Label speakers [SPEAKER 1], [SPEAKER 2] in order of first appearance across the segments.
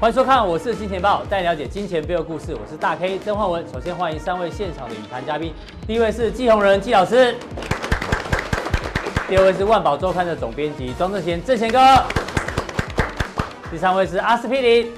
[SPEAKER 1] 欢迎收看，我是金钱豹，带你了解金钱背后故事。我是大 K 曾焕文。首先欢迎三位现场的语坛嘉宾，第一位是季宏仁季老师，第二位是万宝周刊的总编辑庄正贤正贤哥，第三位是阿司匹林。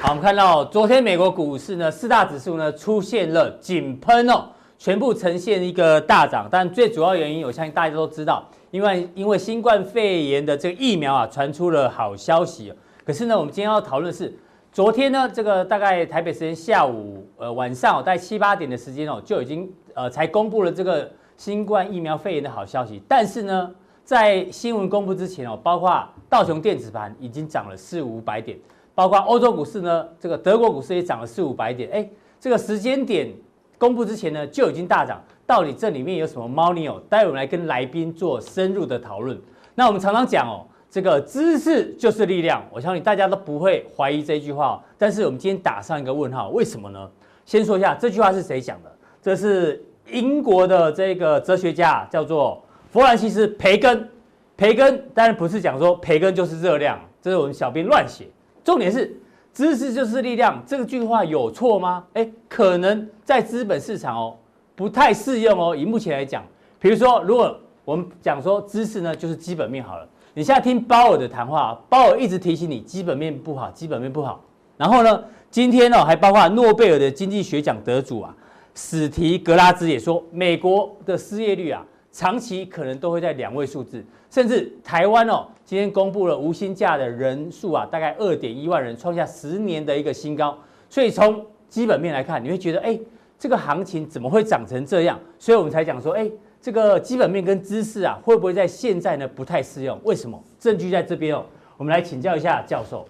[SPEAKER 1] 好，我们看到昨天美国股市呢，四大指数呢出现了井喷哦，全部呈现一个大涨。但最主要原因，我相信大家都知道，因为因为新冠肺炎的这个疫苗啊，传出了好消息哦、可是呢，我们今天要讨论的是，昨天呢，这个大概台北时间下午呃晚上、哦，大概七八点的时间哦，就已经呃才公布了这个新冠疫苗肺炎的好消息。但是呢，在新闻公布之前哦，包括道琼电子盘已经涨了四五百点。包括欧洲股市呢，这个德国股市也涨了四五百点。哎，这个时间点公布之前呢，就已经大涨。到底这里面有什么猫腻哦？待会我们来跟来宾做深入的讨论。那我们常常讲哦，这个知识就是力量，我相信大家都不会怀疑这句话、哦。但是我们今天打上一个问号，为什么呢？先说一下这句话是谁讲的，这是英国的这个哲学家叫做弗兰西斯·培根。培根当然不是讲说培根就是热量，这是我们小编乱写。重点是知识就是力量，这句话有错吗？哎，可能在资本市场哦不太适用哦。以目前来讲，比如说，如果我们讲说知识呢就是基本面好了，你现在听鲍尔的谈话啊，鲍尔一直提醒你基本面不好，基本面不好。然后呢，今天呢、哦、还包括诺贝尔的经济学奖得主啊史提格拉兹也说，美国的失业率啊长期可能都会在两位数字，甚至台湾哦，今天公布了无薪假的人数啊，大概二点一万人，创下十年的一个新高。所以从基本面来看，你会觉得，哎，这个行情怎么会涨成这样？所以我们才讲说，哎，这个基本面跟知识啊，会不会在现在呢不太适用？为什么？证据在这边哦，我们来请教一下教授。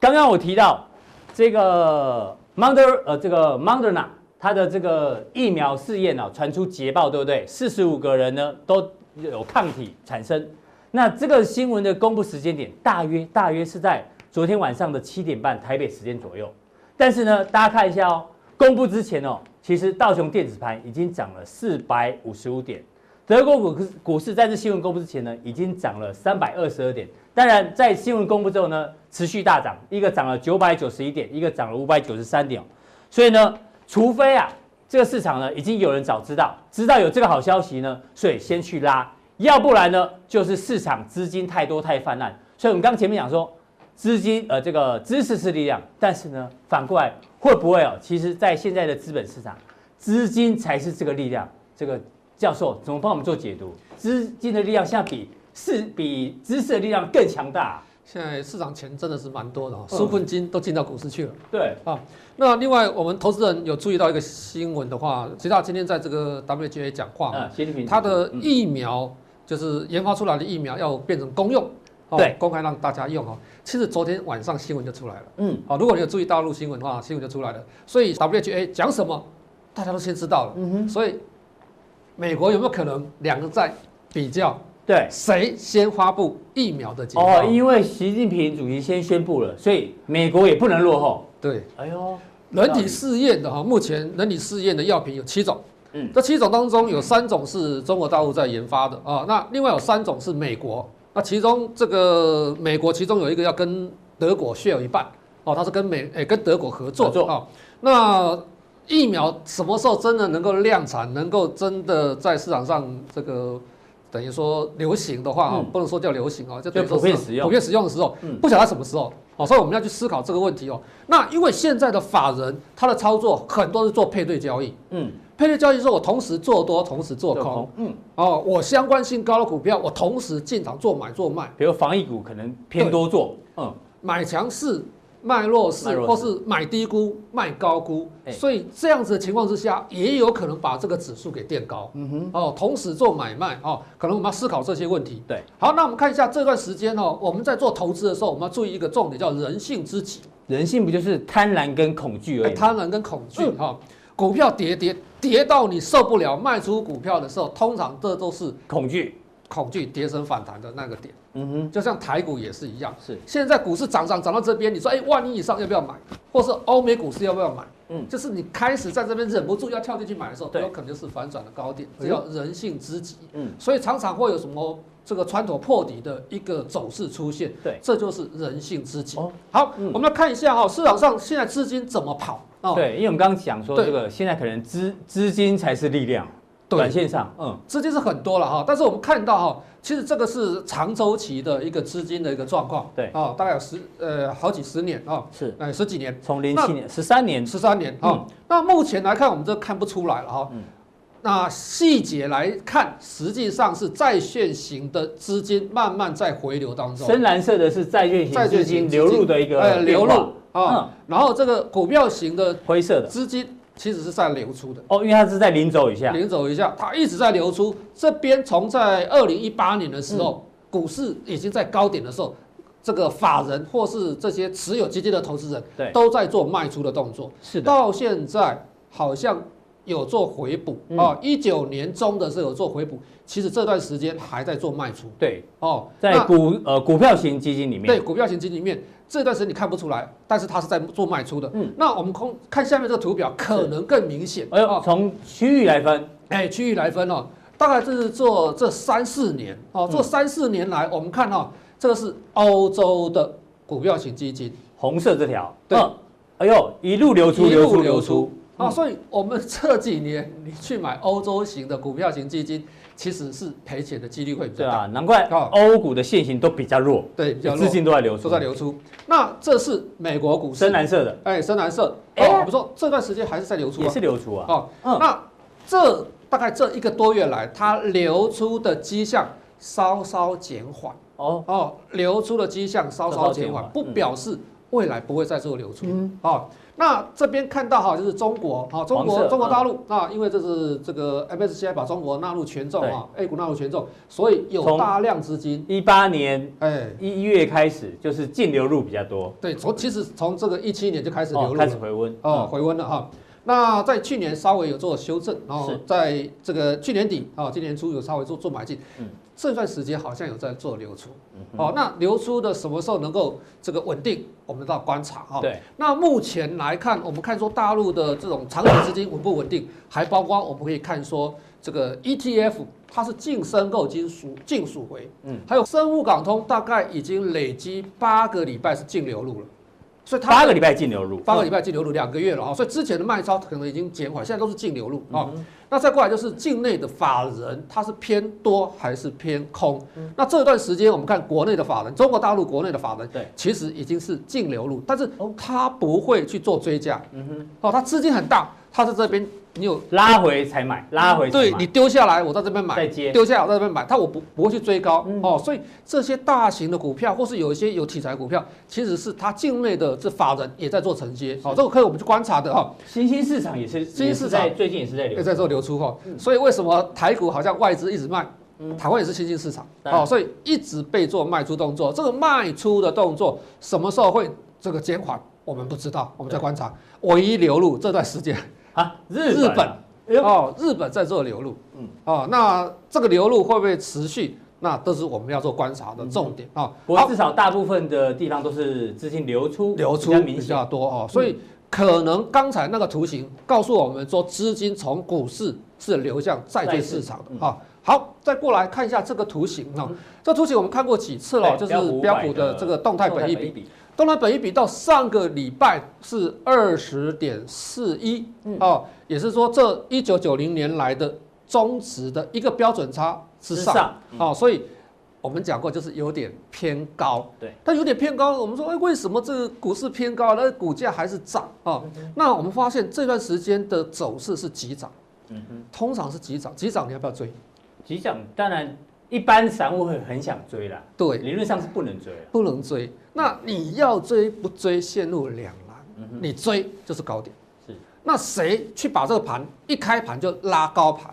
[SPEAKER 1] 刚刚我提到这个 Monder 呃这个 Moderna 它的这个疫苗试验啊传出捷报，对不对？四十五个人呢都有抗体产生。那这个新闻的公布时间点大约大约是在昨天晚上的七点半台北时间左右。但是呢，大家看一下哦，公布之前哦，其实道琼电子盘已经涨了四百五十五点，德国股股市在这新闻公布之前呢，已经涨了三百二十二点。当然，在新闻公布之后呢，持续大涨，一个涨了九百九十一点，一个涨了五百九十三点哦。所以呢，除非啊，这个市场呢已经有人早知道，知道有这个好消息呢，所以先去拉，要不然呢，就是市场资金太多太泛滥。所以我们刚前面讲说，资金呃这个知识是力量，但是呢，反过来会不会哦？其实，在现在的资本市场，资金才是这个力量。这个教授怎么帮我们做解读？资金的力量现在比是比知识的力量更强大、
[SPEAKER 2] 现在市场钱真的是蛮多的、哦，
[SPEAKER 1] 嗯
[SPEAKER 2] 纾困金都进到股市去了
[SPEAKER 1] 对，
[SPEAKER 2] 啊。那另外，我们投资人有注意到一个新闻的话，其实他今天在这个 WGA 讲话嘛，
[SPEAKER 1] 嗯，习近平
[SPEAKER 2] 他的疫苗就是研发出来的疫苗要变成公用，哦
[SPEAKER 1] 对
[SPEAKER 2] 公开让大家用哦。其实昨天晚上新闻就出来了，
[SPEAKER 1] 嗯，
[SPEAKER 2] 好，如果你有注意大陆新闻的话，新闻就出来了。所以 WGA 讲什么，大家都先知道了。
[SPEAKER 1] 嗯哼，
[SPEAKER 2] 所以，美国有没有可能两个在比较
[SPEAKER 1] 对。
[SPEAKER 2] 谁先发布疫苗的结果？
[SPEAKER 1] 哦，因为习近平主席先宣布了，所以美国也不能落后。
[SPEAKER 2] 对。
[SPEAKER 1] 哎呦，
[SPEAKER 2] 人体试验的哈，目前人体试验的药品有七种，
[SPEAKER 1] 嗯
[SPEAKER 2] 嗯，这七种当中有三种是中国大陆在研发的啊，那另外有三种是美国，那其中这个美国其中有一个要跟德国 share 一半哦，它是跟美诶、跟德国合作
[SPEAKER 1] 合作
[SPEAKER 2] 哦，那疫苗什么时候真的能够量产，能够真的在市场上这个等于说流行的话啊、
[SPEAKER 1] 嗯
[SPEAKER 2] 不能说叫流行啊，就等于
[SPEAKER 1] 就
[SPEAKER 2] 说
[SPEAKER 1] 普遍
[SPEAKER 2] 是
[SPEAKER 1] 使用
[SPEAKER 2] 普遍使用的时候，
[SPEAKER 1] 嗯
[SPEAKER 2] 不晓得它什么时候哦，所以我们要去思考这个问题哦。那因为现在的法人他的操作很多是做配对交易，
[SPEAKER 1] 嗯，
[SPEAKER 2] 配对交易是我同时做多，同时做
[SPEAKER 1] 做
[SPEAKER 2] 空
[SPEAKER 1] 空，嗯，
[SPEAKER 2] 哦，我相关性高的股票我同时进场做买做卖，
[SPEAKER 1] 比如防疫股可能偏多做，嗯，
[SPEAKER 2] 买强势卖弱
[SPEAKER 1] 卖
[SPEAKER 2] 势，
[SPEAKER 1] 弱
[SPEAKER 2] 或
[SPEAKER 1] 势
[SPEAKER 2] 是买低估卖高估
[SPEAKER 1] 哎，
[SPEAKER 2] 所以这样子的情况之下，也有可能把这个指数给垫高。嗯哼，哦，同时做买卖哦，可能我们要思考这些问题。
[SPEAKER 1] 对，
[SPEAKER 2] 好，那我们看一下这段时间哦，我们在做投资的时候，我们要注意一个重点，叫人性之极。哎
[SPEAKER 1] 人性不就是贪婪跟恐惧而已吗？
[SPEAKER 2] 贪婪跟恐惧
[SPEAKER 1] 嗯
[SPEAKER 2] 哈、股票跌跌跌到你受不了卖出股票的时候，通常这都是
[SPEAKER 1] 恐惧，
[SPEAKER 2] 恐惧跌升反弹的那个点，
[SPEAKER 1] 嗯哼，
[SPEAKER 2] 就像台股也是一样。
[SPEAKER 1] 是，
[SPEAKER 2] 现在股市涨涨涨到这边，你说哎，万一以上要不要买？或是欧美股市要不要买？
[SPEAKER 1] 嗯
[SPEAKER 2] 就是你开始在这边忍不住要跳进去买的时候，
[SPEAKER 1] 对
[SPEAKER 2] 有可能就是反转的高点，
[SPEAKER 1] 哎
[SPEAKER 2] 这
[SPEAKER 1] 呦
[SPEAKER 2] 叫人性之极。
[SPEAKER 1] 嗯，
[SPEAKER 2] 所以常常会有什么这个穿透破底的一个走势出现，
[SPEAKER 1] 对
[SPEAKER 2] 这就是人性之极。
[SPEAKER 1] 哦
[SPEAKER 2] 好，
[SPEAKER 1] 嗯
[SPEAKER 2] 我们来看一下哈、市场上现在资金怎么跑哦，
[SPEAKER 1] 对，因为我们刚刚讲说
[SPEAKER 2] 对
[SPEAKER 1] 这个现在可能资资金才是力量，
[SPEAKER 2] 对
[SPEAKER 1] 短线上，嗯，
[SPEAKER 2] 资金是很多了哈，但是我们看到哈，其实这个是长周期的一个资金的一个状况，
[SPEAKER 1] 对
[SPEAKER 2] 哦，大概有十呃好几十年啊，
[SPEAKER 1] 是
[SPEAKER 2] 呃十几年、
[SPEAKER 1] 从零
[SPEAKER 2] 那
[SPEAKER 1] 七年十三年，
[SPEAKER 2] 十三年啊、哦那目前来看，我们这看不出来了哈、
[SPEAKER 1] 嗯
[SPEAKER 2] 那细节来看，实际上是债券型的资金慢慢在回流当中，
[SPEAKER 1] 深蓝色的是债券型
[SPEAKER 2] 债券
[SPEAKER 1] 资金
[SPEAKER 2] 型资金
[SPEAKER 1] 流入的一个
[SPEAKER 2] 呃流入
[SPEAKER 1] 变化嗯
[SPEAKER 2] 啊、然后这个股票型的
[SPEAKER 1] 灰色的
[SPEAKER 2] 资金其实是在流出的。
[SPEAKER 1] 哦，因为它是啊在零轴以下，
[SPEAKER 2] 领走一下，它一直在流出。这边从在二零一八年的
[SPEAKER 1] 嗯
[SPEAKER 2] 时候，股市已经在高点的时候，这个法人或是这些持有基金的投资人，
[SPEAKER 1] 对
[SPEAKER 2] 都在做卖出的动作。
[SPEAKER 1] 是的，
[SPEAKER 2] 到现在好像有做回补
[SPEAKER 1] 嗯
[SPEAKER 2] 啊，一九、年中的时候有做回补，其实这段时间还在做卖出
[SPEAKER 1] 对，
[SPEAKER 2] 哦。
[SPEAKER 1] 在
[SPEAKER 2] 那
[SPEAKER 1] 股呃股票型基金里面，
[SPEAKER 2] 对股票型基金里面，这段时间你看不出来，但是它是在做卖出的。
[SPEAKER 1] 嗯
[SPEAKER 2] 那我们空看下面这个图表，可能更明显。
[SPEAKER 1] 哎
[SPEAKER 2] 哦
[SPEAKER 1] 呦，从区域来分，
[SPEAKER 2] 哎，区域来分哦，大概就是做这三四年哦，
[SPEAKER 1] 嗯
[SPEAKER 2] 做三四年来，我们看哦，这个是欧洲的股票型基金
[SPEAKER 1] 红色这条，
[SPEAKER 2] 对
[SPEAKER 1] 嗯，哎呦，一路流出，
[SPEAKER 2] 一
[SPEAKER 1] 流
[SPEAKER 2] 路
[SPEAKER 1] 出，
[SPEAKER 2] 流
[SPEAKER 1] 流
[SPEAKER 2] 出
[SPEAKER 1] 出，
[SPEAKER 2] 啊、所以我们这几年你去买欧洲型的股票型基金，其实是赔钱的几率会比
[SPEAKER 1] 对
[SPEAKER 2] 较大，
[SPEAKER 1] 啊，难怪
[SPEAKER 2] 哦
[SPEAKER 1] 欧股的现行都比较弱，
[SPEAKER 2] 对，比较弱
[SPEAKER 1] 资，金都在流出，
[SPEAKER 2] 都在流出。那这是美国股
[SPEAKER 1] 深
[SPEAKER 2] 市，
[SPEAKER 1] 蓝色的
[SPEAKER 2] 哎，深蓝色，
[SPEAKER 1] 哎
[SPEAKER 2] 哦，我们说这段时间还是在流出
[SPEAKER 1] 也
[SPEAKER 2] 啊，
[SPEAKER 1] 是流出啊，
[SPEAKER 2] 哦，
[SPEAKER 1] 嗯
[SPEAKER 2] 那这大概这一个多月来，它流出的迹象稍稍减缓。
[SPEAKER 1] 哦，
[SPEAKER 2] 哦，流出的迹象稍稍减缓
[SPEAKER 1] 稍稍减缓，
[SPEAKER 2] 不表示未来不会再做流出。
[SPEAKER 1] 嗯，
[SPEAKER 2] 哦，那这边看到哈，就是中国，哈，中
[SPEAKER 1] 黄
[SPEAKER 2] 国
[SPEAKER 1] 色
[SPEAKER 2] 中国大陆啊，因为这是这个 MSCI 把中国纳入权重啊，A 股纳入权重，所以有
[SPEAKER 1] 从
[SPEAKER 2] 大量资金，
[SPEAKER 1] 一八年
[SPEAKER 2] 哎，
[SPEAKER 1] 一月开始就是净流入比较多，
[SPEAKER 2] 对，从其实从这个一七年就开始
[SPEAKER 1] 哦
[SPEAKER 2] 流入
[SPEAKER 1] 开始
[SPEAKER 2] 了，
[SPEAKER 1] 回温，
[SPEAKER 2] 哦，
[SPEAKER 1] 哦，
[SPEAKER 2] 回温了哈。那在去年稍微有做修正，然后
[SPEAKER 1] 是
[SPEAKER 2] 在这个去年底啊，今年初有稍微做做买进
[SPEAKER 1] 嗯，
[SPEAKER 2] 这段时间好像有在做流出。哦，那流出的什么时候能够这个稳定，我们到观察哈。
[SPEAKER 1] 嗯对，
[SPEAKER 2] 那目前来看，我们看说大陆的这种长期资金稳不稳定，还包括我们可以看说这个 ETF，它是净申购金赎净赎回，
[SPEAKER 1] 嗯
[SPEAKER 2] 嗯，还有深物港通大概已经累积八个礼拜是净流入了，所以它
[SPEAKER 1] 八个礼拜净流入，
[SPEAKER 2] 八个礼
[SPEAKER 1] 拜，
[SPEAKER 2] 拜净流入两个月了啊、所以之前的卖超可能已经减缓，现在都是净流入
[SPEAKER 1] 嗯
[SPEAKER 2] 啊、那再过来就是境内的法人，它是偏多还是偏空？
[SPEAKER 1] 嗯
[SPEAKER 2] 那这段时间我们看国内的法人，中国大陆国内的法人，
[SPEAKER 1] 对，
[SPEAKER 2] 其实已经是净流入，但是
[SPEAKER 1] 哦
[SPEAKER 2] 它不会去做追加，
[SPEAKER 1] 嗯哼，
[SPEAKER 2] 哦，它资金很大，它在这边你有
[SPEAKER 1] 拉回才买，拉回才
[SPEAKER 2] 对
[SPEAKER 1] 买
[SPEAKER 2] 你丢下来，我在这边买，
[SPEAKER 1] 再接
[SPEAKER 2] 丢下来我在这边买，它我不不会去追高、
[SPEAKER 1] 嗯
[SPEAKER 2] 哦，所以这些大型的股票或是有一些有题材股票，其实是它境内的这法人也在做承接，好、哦，这个可以我们去观察的哈，
[SPEAKER 1] 新兴市场也是，
[SPEAKER 2] 新兴
[SPEAKER 1] 也是
[SPEAKER 2] 市
[SPEAKER 1] 在
[SPEAKER 2] 场
[SPEAKER 1] 最近也是在流
[SPEAKER 2] 也
[SPEAKER 1] 入，
[SPEAKER 2] 在做流出哈、哦，所以为什么台股好像外资一直卖？
[SPEAKER 1] 嗯
[SPEAKER 2] 台湾也是新兴市场，
[SPEAKER 1] 当然
[SPEAKER 2] 哦，所以一直被做卖出动作。这个卖出的动作什么时候会这个减缓，我们不知道，我们在观察。唯一流入这段时间
[SPEAKER 1] 啊，日
[SPEAKER 2] 日
[SPEAKER 1] 本
[SPEAKER 2] 本
[SPEAKER 1] 啊，哎呦
[SPEAKER 2] 哦，日本在做流入，
[SPEAKER 1] 嗯
[SPEAKER 2] 嗯，哦，那这个流入会不会持续？那都是我们要做观察的重点啊。
[SPEAKER 1] 嗯不过
[SPEAKER 2] 好，
[SPEAKER 1] 至少大部分的地方都是资金流出，
[SPEAKER 2] 流出
[SPEAKER 1] 比较
[SPEAKER 2] 啊
[SPEAKER 1] 嗯
[SPEAKER 2] 比
[SPEAKER 1] 明显
[SPEAKER 2] 较多哦，所以可能刚才那个图形告诉我们说，资金从股市是流向债券市场
[SPEAKER 1] 嗯
[SPEAKER 2] 的啊。好，再过来看一下这个图形啊，这图形我们看过几次了，就
[SPEAKER 1] 对标
[SPEAKER 2] 是
[SPEAKER 1] 普
[SPEAKER 2] 标
[SPEAKER 1] 500
[SPEAKER 2] 普
[SPEAKER 1] 的
[SPEAKER 2] 的这个动态本益比。
[SPEAKER 1] 比，
[SPEAKER 2] 东南本一比到上个礼拜是二十点四一
[SPEAKER 1] 嗯
[SPEAKER 2] 哦，也是说这一九九零年来的中值的一个标准差之上
[SPEAKER 1] 之上嗯
[SPEAKER 2] 哦，所以我们讲过就是有点偏高，
[SPEAKER 1] 对，
[SPEAKER 2] 它有点偏高。我们说，哎，为什么这个股市偏高，那股价还是涨啊、
[SPEAKER 1] 嗯
[SPEAKER 2] 哦那我们发现这段时间的走势是急涨，
[SPEAKER 1] 嗯哼，
[SPEAKER 2] 通常是急涨，急涨你要不要追？
[SPEAKER 1] 急涨当然一般散户会很想追啦，
[SPEAKER 2] 对，
[SPEAKER 1] 理论上是不能追啦，
[SPEAKER 2] 不能追。那你要追不追，陷入两难。你追就是高点，
[SPEAKER 1] 嗯是，
[SPEAKER 2] 那谁去把这个盘一开盘就拉高盘，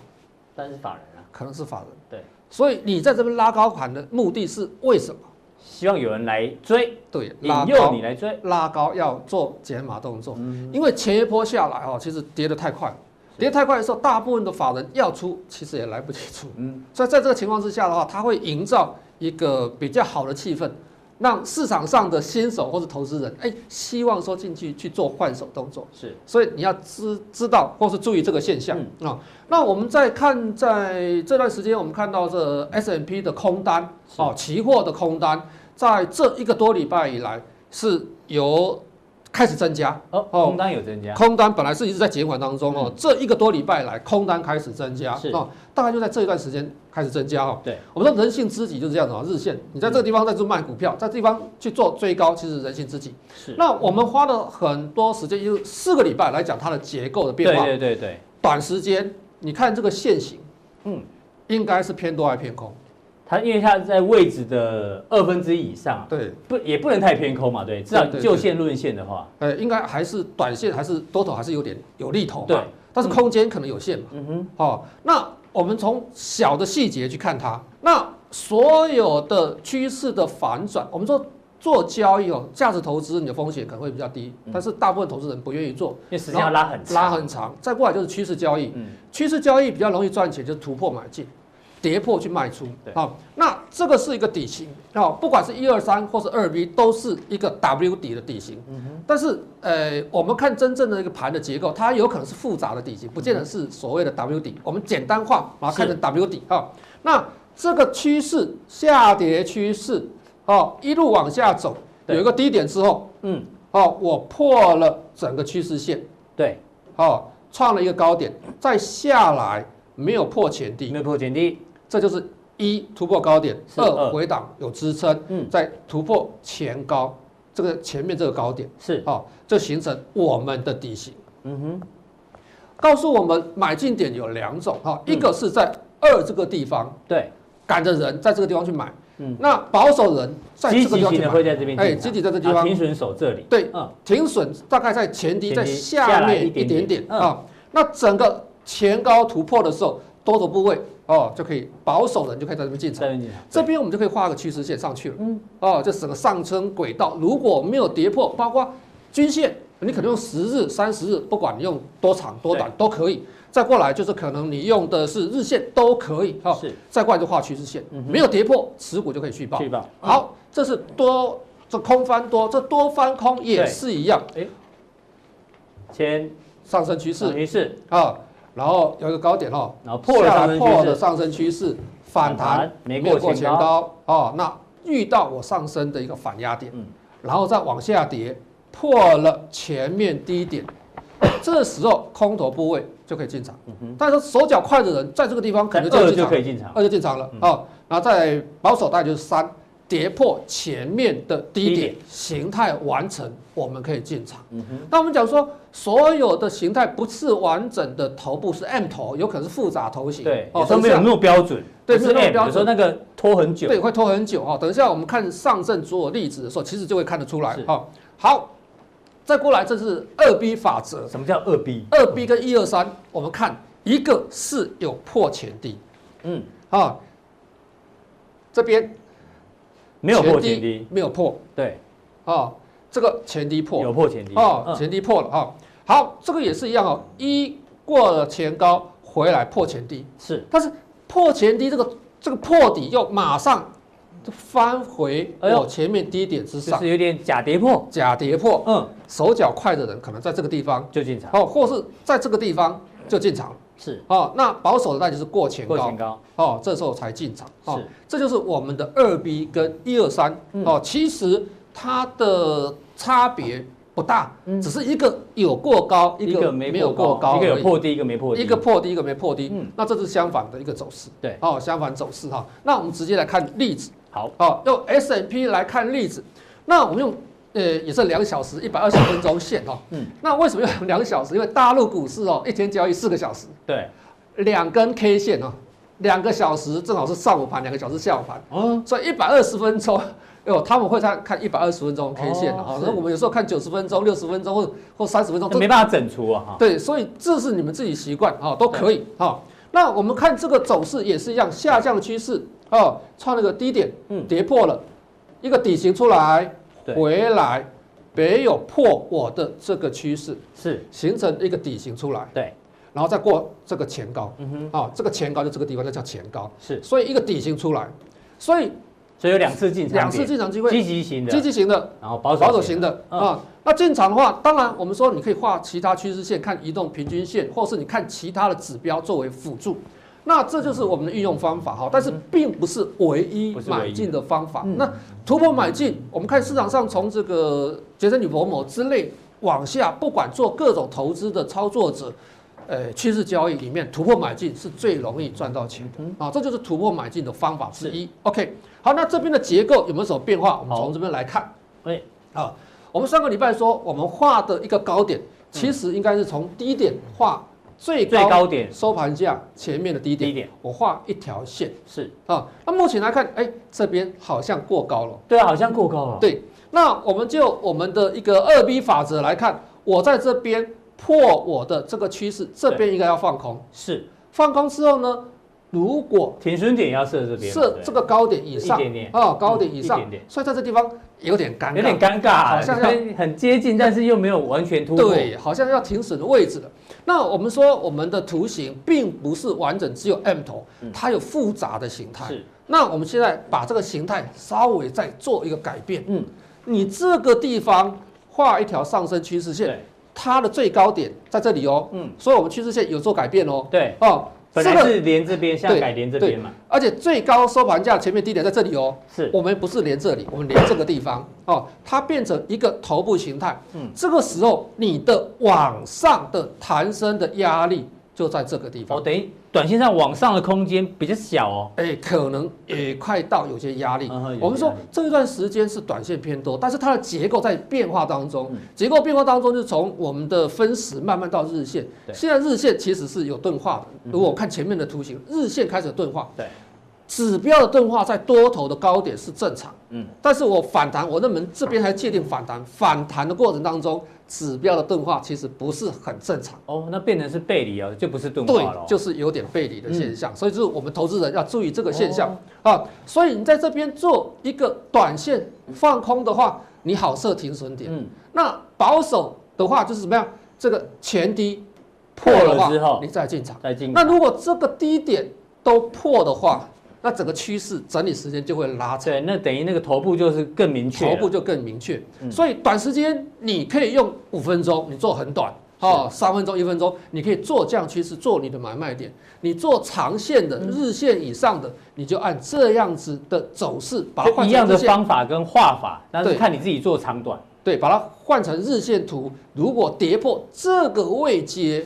[SPEAKER 1] 但是法人啊，
[SPEAKER 2] 可能是法人。
[SPEAKER 1] 对，
[SPEAKER 2] 所以你在这边拉高盘的目的是为什么？
[SPEAKER 1] 希望有人来追，
[SPEAKER 2] 对，
[SPEAKER 1] 引
[SPEAKER 2] 拉
[SPEAKER 1] 诱
[SPEAKER 2] 高
[SPEAKER 1] 你来追，
[SPEAKER 2] 拉高要做减码动作，因为前一波下来哦，其实跌得太快，跌得太快的时候，大部分的法人要出，其实也来不及出。
[SPEAKER 1] 嗯，
[SPEAKER 2] 所以在这个情况之下的话，它会营造一个比较好的气氛，让市场上的新手或是投资人，哎，希望说进去去做换手动作。
[SPEAKER 1] 是
[SPEAKER 2] 所以你要知知道或是注意这个现象啊、
[SPEAKER 1] 嗯
[SPEAKER 2] 那我们再看，在这段时间，我们看到这 S M P 的空单
[SPEAKER 1] 是
[SPEAKER 2] 哦，期货的空单，在这一个多礼拜以来是由开始增加，
[SPEAKER 1] 哦，
[SPEAKER 2] 哦
[SPEAKER 1] 空单有增加，
[SPEAKER 2] 空单本来是一直在减缓当中哦，这一个多礼拜来空单开始增加
[SPEAKER 1] 嗯是
[SPEAKER 2] 哦，大概就在这一段时间开始增加哦。
[SPEAKER 1] 对，
[SPEAKER 2] 我们说人性知己就是这样子啊、哦，日线，你在这个地方再去卖股票，在这地方去做追高，其实人性知己。
[SPEAKER 1] 是，
[SPEAKER 2] 那我们花了很多时间，就是四个礼拜来讲它的结构的变化。
[SPEAKER 1] 对对对对，
[SPEAKER 2] 短时间，你看这个线型，
[SPEAKER 1] 嗯
[SPEAKER 2] 嗯，应该是偏多还偏空？
[SPEAKER 1] 它因为它在位置的二分之一以上，
[SPEAKER 2] 对，
[SPEAKER 1] 不也不能太偏空嘛，对，至少
[SPEAKER 2] 对对对
[SPEAKER 1] 就线论线的话，
[SPEAKER 2] 呃，应该还是短线还是多头还是有点有利头嘛。
[SPEAKER 1] 对，
[SPEAKER 2] 但是空间可能有限嘛。
[SPEAKER 1] 嗯哼，
[SPEAKER 2] 哦，那我们从小的细节去看它，那所有的趋势的反转，我们说做交易哦，价值投资你的风险可能会比较低，
[SPEAKER 1] 嗯
[SPEAKER 2] 但是大部分投资人不愿意做，
[SPEAKER 1] 因为时间要拉很长，
[SPEAKER 2] 拉很长，再过来就是趋势交易，
[SPEAKER 1] 嗯，
[SPEAKER 2] 趋势交易比较容易赚钱，就是突破买进，跌破去卖出
[SPEAKER 1] 对。
[SPEAKER 2] 好、那这个是一个底型，哦，不管是一二三或是二 B，都是一个 W 底的底型。
[SPEAKER 1] 嗯
[SPEAKER 2] 但是，呃，我们看真正的一个盘的结构，它有可能是复杂的底型，不见得是所谓的 W 底。我们简单化，把它看成 W 底哈、那这个趋势下跌趋势，哦，一路往下走，
[SPEAKER 1] 对
[SPEAKER 2] 有一个低点之后，
[SPEAKER 1] 嗯，
[SPEAKER 2] 哦，我破了整个趋势线。
[SPEAKER 1] 对，
[SPEAKER 2] 哦，创了一个高点，再下来没有破前低，
[SPEAKER 1] 没有破前低，
[SPEAKER 2] 这就是一突破高点，
[SPEAKER 1] 是二
[SPEAKER 2] 二回档有支撑，
[SPEAKER 1] 嗯，
[SPEAKER 2] 再突破前高，这个前面这个高点，
[SPEAKER 1] 是，
[SPEAKER 2] 哦，就形成我们的底型，
[SPEAKER 1] 嗯哼，
[SPEAKER 2] 告诉我们买进点有两种哈、哦，一
[SPEAKER 1] 嗯
[SPEAKER 2] 个是在二这个地方
[SPEAKER 1] 对，
[SPEAKER 2] 赶着人在这个地方去买，
[SPEAKER 1] 嗯
[SPEAKER 2] 那保守人在
[SPEAKER 1] 积
[SPEAKER 2] 这个
[SPEAKER 1] 极
[SPEAKER 2] 地方
[SPEAKER 1] 性
[SPEAKER 2] 去
[SPEAKER 1] 的
[SPEAKER 2] 买
[SPEAKER 1] 会，在这边进场，
[SPEAKER 2] 哎，集体在这地
[SPEAKER 1] 啊
[SPEAKER 2] 方哎
[SPEAKER 1] 停损手这里，
[SPEAKER 2] 对
[SPEAKER 1] 嗯，
[SPEAKER 2] 停损大概在前低
[SPEAKER 1] 前低
[SPEAKER 2] 在
[SPEAKER 1] 下
[SPEAKER 2] 下
[SPEAKER 1] 来
[SPEAKER 2] 面
[SPEAKER 1] 一
[SPEAKER 2] 一
[SPEAKER 1] 点点
[SPEAKER 2] 点点
[SPEAKER 1] 嗯
[SPEAKER 2] 啊。那整个前高突破的时候，多头部位哦就可以保守人就可以在这边进
[SPEAKER 1] 在这
[SPEAKER 2] 场。
[SPEAKER 1] 边进场，
[SPEAKER 2] 这边我们就可以画个趋势线上去了，
[SPEAKER 1] 嗯
[SPEAKER 2] 嗯，哦，这整个上升轨道如果没有跌破，包括均线，你可能用十日、三十日，不管你用多长多短都可以。再过来就是可能你用的是日线都可以哈，哦
[SPEAKER 1] 是
[SPEAKER 2] 再过来就画趋势线
[SPEAKER 1] 嗯，哼
[SPEAKER 2] 没有跌破持股就可以续报
[SPEAKER 1] 去。吧，
[SPEAKER 2] 好，这是多这空翻多，这多翻空也
[SPEAKER 1] 对
[SPEAKER 2] 是一样，
[SPEAKER 1] 前
[SPEAKER 2] 上升哎趋
[SPEAKER 1] 上
[SPEAKER 2] 势
[SPEAKER 1] 趋势，
[SPEAKER 2] 啊，然后有一个高点哦，
[SPEAKER 1] 然后破了
[SPEAKER 2] 下
[SPEAKER 1] 上
[SPEAKER 2] 来
[SPEAKER 1] 升
[SPEAKER 2] 破
[SPEAKER 1] 趋
[SPEAKER 2] 了
[SPEAKER 1] 势，
[SPEAKER 2] 上升趋势，反弹
[SPEAKER 1] 没过前
[SPEAKER 2] 前
[SPEAKER 1] 高，
[SPEAKER 2] 高哦，那遇到我上升的一个反压点
[SPEAKER 1] 嗯，
[SPEAKER 2] 然后再往下跌，破了前面低点，这时候空头部位就可以进场
[SPEAKER 1] 嗯哼，
[SPEAKER 2] 但是手脚快的人在这个地方可
[SPEAKER 1] 但
[SPEAKER 2] 能
[SPEAKER 1] 二
[SPEAKER 2] 就进
[SPEAKER 1] 就
[SPEAKER 2] 场
[SPEAKER 1] 可。以进场，
[SPEAKER 2] 二就进场了
[SPEAKER 1] 嗯
[SPEAKER 2] 啊、哦，然后再保守大概就是三，跌破前面的
[SPEAKER 1] 低
[SPEAKER 2] 低点
[SPEAKER 1] 点
[SPEAKER 2] 形态完成，我们可以进场。
[SPEAKER 1] 嗯哼，
[SPEAKER 2] 那我们讲说，所有的形态不是完整的头部是 M 头，有可能是复杂头型，
[SPEAKER 1] 对，
[SPEAKER 2] 哦
[SPEAKER 1] 有，时候没有
[SPEAKER 2] 等一
[SPEAKER 1] 那
[SPEAKER 2] 下
[SPEAKER 1] 么标准，
[SPEAKER 2] 对
[SPEAKER 1] 不
[SPEAKER 2] 没有那么
[SPEAKER 1] M，
[SPEAKER 2] 标准
[SPEAKER 1] 有时候那个拖很久，
[SPEAKER 2] 对，会拖很久哈、哦。等一下我们看上证所有例子的时候，其实就会看得出来
[SPEAKER 1] 是
[SPEAKER 2] 哈、哦。好，再过来这是二 B 法则，
[SPEAKER 1] 什么叫二 B？
[SPEAKER 2] 二 B 跟一二三，我们看一个是有破前低
[SPEAKER 1] 嗯，
[SPEAKER 2] 啊，这边
[SPEAKER 1] 没有破前低，，
[SPEAKER 2] 没有破。
[SPEAKER 1] 对，
[SPEAKER 2] 哦，这个前低破
[SPEAKER 1] 有破前低，
[SPEAKER 2] 哦，
[SPEAKER 1] 嗯
[SPEAKER 2] 前低破了哦。好，这个也是一样哦，一过了前高回来破前低，
[SPEAKER 1] 是，
[SPEAKER 2] 但是破前低这个这个破底又马上就翻回
[SPEAKER 1] 哎呦
[SPEAKER 2] 我前面低点之
[SPEAKER 1] 就
[SPEAKER 2] 上，
[SPEAKER 1] 是有点假跌破，
[SPEAKER 2] 假跌破，
[SPEAKER 1] 嗯，
[SPEAKER 2] 手脚快的人可能在这个地方
[SPEAKER 1] 就进场，
[SPEAKER 2] 哦，或是在这个地方就进场了
[SPEAKER 1] 是
[SPEAKER 2] 哦。那保守的那就是过前
[SPEAKER 1] 过
[SPEAKER 2] 高
[SPEAKER 1] 前高，
[SPEAKER 2] 哦，这时候才进场哦
[SPEAKER 1] 是，
[SPEAKER 2] 这就是我们的二 B 跟一二三
[SPEAKER 1] 嗯
[SPEAKER 2] 哦，其实它的差别不大，
[SPEAKER 1] 嗯
[SPEAKER 2] 只是一个有过高，
[SPEAKER 1] 一个
[SPEAKER 2] 个
[SPEAKER 1] 没
[SPEAKER 2] 没有过高而已，
[SPEAKER 1] 一个有破低，一个没破低，
[SPEAKER 2] 一个破低，一个没破低
[SPEAKER 1] 嗯，
[SPEAKER 2] 那这是相反的一个走势，
[SPEAKER 1] 对
[SPEAKER 2] 哦，相反走势哈。那我们直接来看例子，
[SPEAKER 1] 好，
[SPEAKER 2] 哦，用 S M P 来看例子，那我们用。呃，也是两小时一百二十分钟线哦。
[SPEAKER 1] 嗯
[SPEAKER 2] 嗯，那为什么要两小时？因为大陆股市哦，一天交易四个小时，
[SPEAKER 1] 对，
[SPEAKER 2] 两根 K 线哦，两个小时正好是上午盘，两个小时下午盘，
[SPEAKER 1] 嗯，
[SPEAKER 2] 所以一百二十分钟，哦，他们会看看一百二十分钟 K 线的
[SPEAKER 1] 哦
[SPEAKER 2] 哈，
[SPEAKER 1] 是
[SPEAKER 2] 那我们有时候看九十分钟、六十分钟或或三十分钟，
[SPEAKER 1] 没办法整除啊，
[SPEAKER 2] 这
[SPEAKER 1] 哈，
[SPEAKER 2] 对，所以这是你们自己习惯哈，都可以哈。那我们看这个走势也是一样，下降趋势哦，创了个低点
[SPEAKER 1] 嗯，
[SPEAKER 2] 跌破了一个底型出来，
[SPEAKER 1] 对
[SPEAKER 2] 回来没有破我的这个趋势，
[SPEAKER 1] 是，
[SPEAKER 2] 形成一个底型出来，
[SPEAKER 1] 对，
[SPEAKER 2] 然后再过这个前高。
[SPEAKER 1] 嗯哼，
[SPEAKER 2] 啊、这个前高就这个地方，那叫前高，
[SPEAKER 1] 是
[SPEAKER 2] 所以一个底型出来，所以
[SPEAKER 1] 所以有两次进场点，
[SPEAKER 2] 两次进场机会，
[SPEAKER 1] 积极型的，
[SPEAKER 2] 积极型的，
[SPEAKER 1] 然后保守
[SPEAKER 2] 保守型
[SPEAKER 1] 的，
[SPEAKER 2] 的
[SPEAKER 1] 嗯
[SPEAKER 2] 啊。那进场的话，当然我们说你可以画其他趋势线，看移动平均线，或是你看其他的指标作为辅助。那这就是我们的运用方法哈，但是并不是唯一
[SPEAKER 1] 嗯不是唯一的
[SPEAKER 2] 买进的方法
[SPEAKER 1] 嗯。
[SPEAKER 2] 那突破买进，我们看市场上从这个杰森与某某之类往下，不管做各种投资的操作者，呃，趋势交易里面突破买进是最容易赚到钱
[SPEAKER 1] 嗯
[SPEAKER 2] 的啊，这就是突破买进的方法之一。OK，好，那这边的结构有没有什么变化？我们
[SPEAKER 1] 好
[SPEAKER 2] 从这边来看。
[SPEAKER 1] 对，
[SPEAKER 2] 啊，我们上个礼拜说，我们画的一个高点，其实应该是从低点画最
[SPEAKER 1] 最
[SPEAKER 2] 高
[SPEAKER 1] 高点
[SPEAKER 2] 收盘价前面的低
[SPEAKER 1] 低
[SPEAKER 2] 点，
[SPEAKER 1] 点
[SPEAKER 2] 我画一条线
[SPEAKER 1] 是，
[SPEAKER 2] 啊。那目前来看，哎，这边好像过高了。
[SPEAKER 1] 对啊，好像过高了，
[SPEAKER 2] 对，那我们就我们的一个二 B 法则来看，我在这边破我的这个趋势，这边应该要放空。
[SPEAKER 1] 是，
[SPEAKER 2] 放空之后呢，如果
[SPEAKER 1] 停损点要设这边，
[SPEAKER 2] 设
[SPEAKER 1] 对
[SPEAKER 2] 这个高点以上，
[SPEAKER 1] 一点点
[SPEAKER 2] 啊，高点以上
[SPEAKER 1] 一点点，
[SPEAKER 2] 所以在这地方有点尴尬，
[SPEAKER 1] 有点尴尬啊，
[SPEAKER 2] 好像
[SPEAKER 1] 很很接近，但是又没有完全突破，
[SPEAKER 2] 对，好像要停损的位置了。那我们说我们的图形并不是完整，只有 M 头
[SPEAKER 1] 嗯，
[SPEAKER 2] 它有复杂的形态。
[SPEAKER 1] 是，
[SPEAKER 2] 那我们现在把这个形态稍微再做一个改变。
[SPEAKER 1] 嗯，
[SPEAKER 2] 你这个地方画一条上升趋势线，
[SPEAKER 1] 对，
[SPEAKER 2] 它的最高点在这里哦。
[SPEAKER 1] 嗯，
[SPEAKER 2] 所以我们趋势线有做改变哦。
[SPEAKER 1] 对，
[SPEAKER 2] 哦，
[SPEAKER 1] 本来是连这边，现在
[SPEAKER 2] 对
[SPEAKER 1] 改连这
[SPEAKER 2] 对
[SPEAKER 1] 边嘛，
[SPEAKER 2] 而且最高收盘价前面低点在这里哦。
[SPEAKER 1] 是，
[SPEAKER 2] 我们不是连这里，我们连这个地方哦，它变成一个头部形态。
[SPEAKER 1] 嗯
[SPEAKER 2] 嗯，这个时候你的往上的弹升的压力就在这个地
[SPEAKER 1] 哦，
[SPEAKER 2] 方，
[SPEAKER 1] 等于短线上往上的空间比较小哦，
[SPEAKER 2] 哎、可能也快到有些压力。
[SPEAKER 1] 嗯哼有些
[SPEAKER 2] 我们说
[SPEAKER 1] 压力
[SPEAKER 2] 这一段时间是短线偏多，但是它的结构在变化当中，
[SPEAKER 1] 嗯
[SPEAKER 2] 结构变化当中就是从我们的分时慢慢到日线，
[SPEAKER 1] 对
[SPEAKER 2] 现在日线其实是有钝化
[SPEAKER 1] 嗯
[SPEAKER 2] 的。如果我看前面的图形，日线开始有钝化，
[SPEAKER 1] 对，
[SPEAKER 2] 指标的钝化在多头的高点是正常。
[SPEAKER 1] 嗯，
[SPEAKER 2] 但是我反弹，我认为这边还界定反弹，反弹的过程当中，指标的钝化其实不是很正常，
[SPEAKER 1] 哦，那变成是背离哦，就不是钝
[SPEAKER 2] 对
[SPEAKER 1] 化了哦，，嗯
[SPEAKER 2] 就是有点背离的现象，所以就是我们投资人要注意这个现象、
[SPEAKER 1] 哦
[SPEAKER 2] 啊。所以你在这边做一个短线放空的话，你好设停损点。
[SPEAKER 1] 嗯，
[SPEAKER 2] 那保守的话就是怎么样？这个前低破
[SPEAKER 1] 破
[SPEAKER 2] 的
[SPEAKER 1] 了
[SPEAKER 2] 话，
[SPEAKER 1] 之后
[SPEAKER 2] 你再进场。
[SPEAKER 1] 再进，
[SPEAKER 2] 那如果这个低点都破的话，那整个趋势整理时间就会拉长。
[SPEAKER 1] 对，那等于那个头部就是更明确了，
[SPEAKER 2] 头部就更明确。
[SPEAKER 1] 嗯
[SPEAKER 2] 所以短时间你可以用五分钟，你做很短。哦，三分钟、一分钟，你可以做这样趋势，做你的买卖点。你做长线的、日线以上的，你就按这样子的走势把它
[SPEAKER 1] 就
[SPEAKER 2] 换
[SPEAKER 1] 一
[SPEAKER 2] 成
[SPEAKER 1] 样
[SPEAKER 2] 日
[SPEAKER 1] 的
[SPEAKER 2] 线，
[SPEAKER 1] 方法跟画法，但是
[SPEAKER 2] 对
[SPEAKER 1] 看你自己做长短。
[SPEAKER 2] 对，把它换成日线图。如果跌破这个位阶，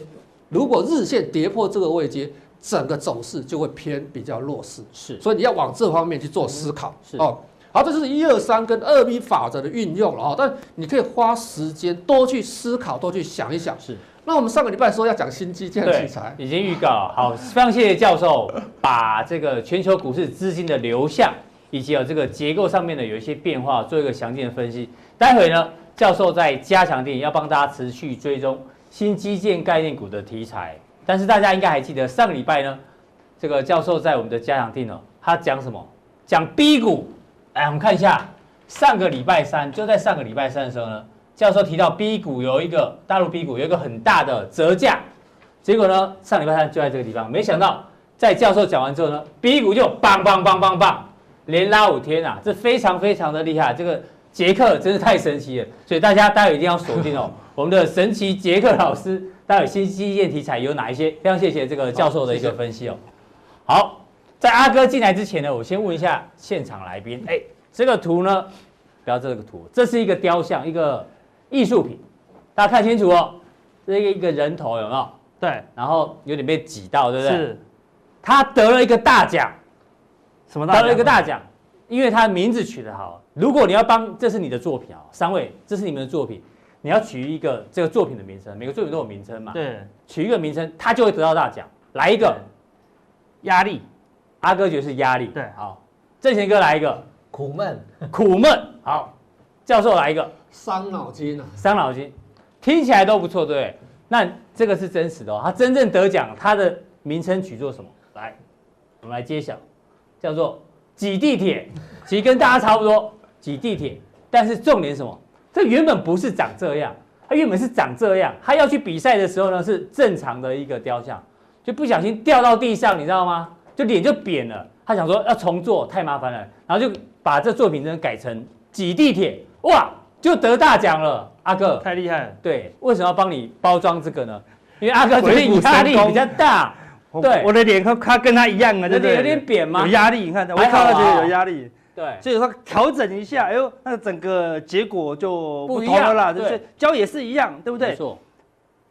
[SPEAKER 2] 如果日线跌破这个位阶，整个走势就会偏比较弱势。
[SPEAKER 1] 是
[SPEAKER 2] 所以你要往这方面去做思考。
[SPEAKER 1] 是
[SPEAKER 2] 哦，好，这就是一二三跟二 B 法则的运用了哦。但你可以花时间多去思考，多去想一想。
[SPEAKER 1] 是，
[SPEAKER 2] 那我们上个礼拜说要讲新基建器材，
[SPEAKER 1] 已经预告了。好，非常谢谢教授把这个全球股市资金的流向，以及有这个结构上面的有一些变化，做一个详尽的分析。待会呢，教授在加强定要帮大家持续追踪新基建概念股的题材。但是大家应该还记得上个礼拜呢，这个教授在我们的加强定呢，他讲什么？讲 B 股。哎来，我们看一下上个礼拜三，就在上个礼拜三的时候呢，教授提到 B 股有一个大陆 B 股有一个很大的折价，结果呢，上礼拜三就在这个地方，没想到在教授讲完之后呢，B 股就棒棒棒棒棒，连拉五天啊，这非常非常的厉害，这个杰克真是太神奇了，所以大家待会一定要锁定哦，我们的神奇杰克老师，待会新基建题材有哪一些？非常谢谢这个教授的一个
[SPEAKER 2] 好谢谢
[SPEAKER 1] 分析哦。好，在阿哥进来之前呢，我先问一下现场来宾，哎，这个图呢，不要这个图，这是一个雕像，一个艺术品，大家看清楚哦，这个一个人头有没有？
[SPEAKER 3] 对，
[SPEAKER 1] 然后有点被挤到，对不对？
[SPEAKER 3] 是
[SPEAKER 1] 他得了一个大奖，
[SPEAKER 3] 什么大
[SPEAKER 1] 得
[SPEAKER 3] 奖？
[SPEAKER 1] 了一个大奖，因为他名字取得好。如果你要帮，这是你的作品啊，三位，这是你们的作品，你要取一个这个作品的名称，每个作品都有名称嘛，
[SPEAKER 3] 啊对
[SPEAKER 1] 取一个名称，他就会得到大奖。来一个
[SPEAKER 3] 对，压力，
[SPEAKER 1] 阿哥觉得是压力，
[SPEAKER 3] 对
[SPEAKER 1] 好，正贤哥来一个
[SPEAKER 4] 苦闷，
[SPEAKER 1] 苦闷，好，教授来一个
[SPEAKER 2] 伤脑筋啊。
[SPEAKER 1] 伤脑筋，听起来都不错，对不对？那这个是真实的哦，他真正得奖，他的名称取作什么？来，我们来揭晓，叫做挤地铁，其实跟大家差不多，挤地铁，但是重点是什么？这原本不是长这样，它原本是长这样，它要去比赛的时候呢是正常的一个雕像，就不小心掉到地上，你知道吗？就脸就扁了。他想说要重做太麻烦了，然后就把这作品呢改成挤地铁，哇，就得大奖了，阿哥。
[SPEAKER 3] 太厉害了，
[SPEAKER 1] 对，为什么要帮你包装这个呢？因为阿哥觉得
[SPEAKER 3] 鬼
[SPEAKER 1] 你
[SPEAKER 3] 斧
[SPEAKER 1] 压
[SPEAKER 3] 神
[SPEAKER 1] 力
[SPEAKER 3] 工
[SPEAKER 1] 比较大，
[SPEAKER 3] 我
[SPEAKER 1] 对
[SPEAKER 3] 我的脸和他跟他一样啊，对
[SPEAKER 1] 有
[SPEAKER 3] 不对？
[SPEAKER 1] 点有点扁吗
[SPEAKER 3] 有？压力，你看，我
[SPEAKER 1] 还
[SPEAKER 3] 看
[SPEAKER 1] 好啊
[SPEAKER 3] 到觉得有压力，
[SPEAKER 1] 对，
[SPEAKER 3] 所以说调整一下，哎呦，那整个结果就
[SPEAKER 1] 不
[SPEAKER 3] 不
[SPEAKER 1] 一
[SPEAKER 3] 同了啦，
[SPEAKER 1] 样
[SPEAKER 3] 对不对
[SPEAKER 1] 对？
[SPEAKER 3] 教也是一样，对不
[SPEAKER 1] 没
[SPEAKER 3] 对？
[SPEAKER 1] 错，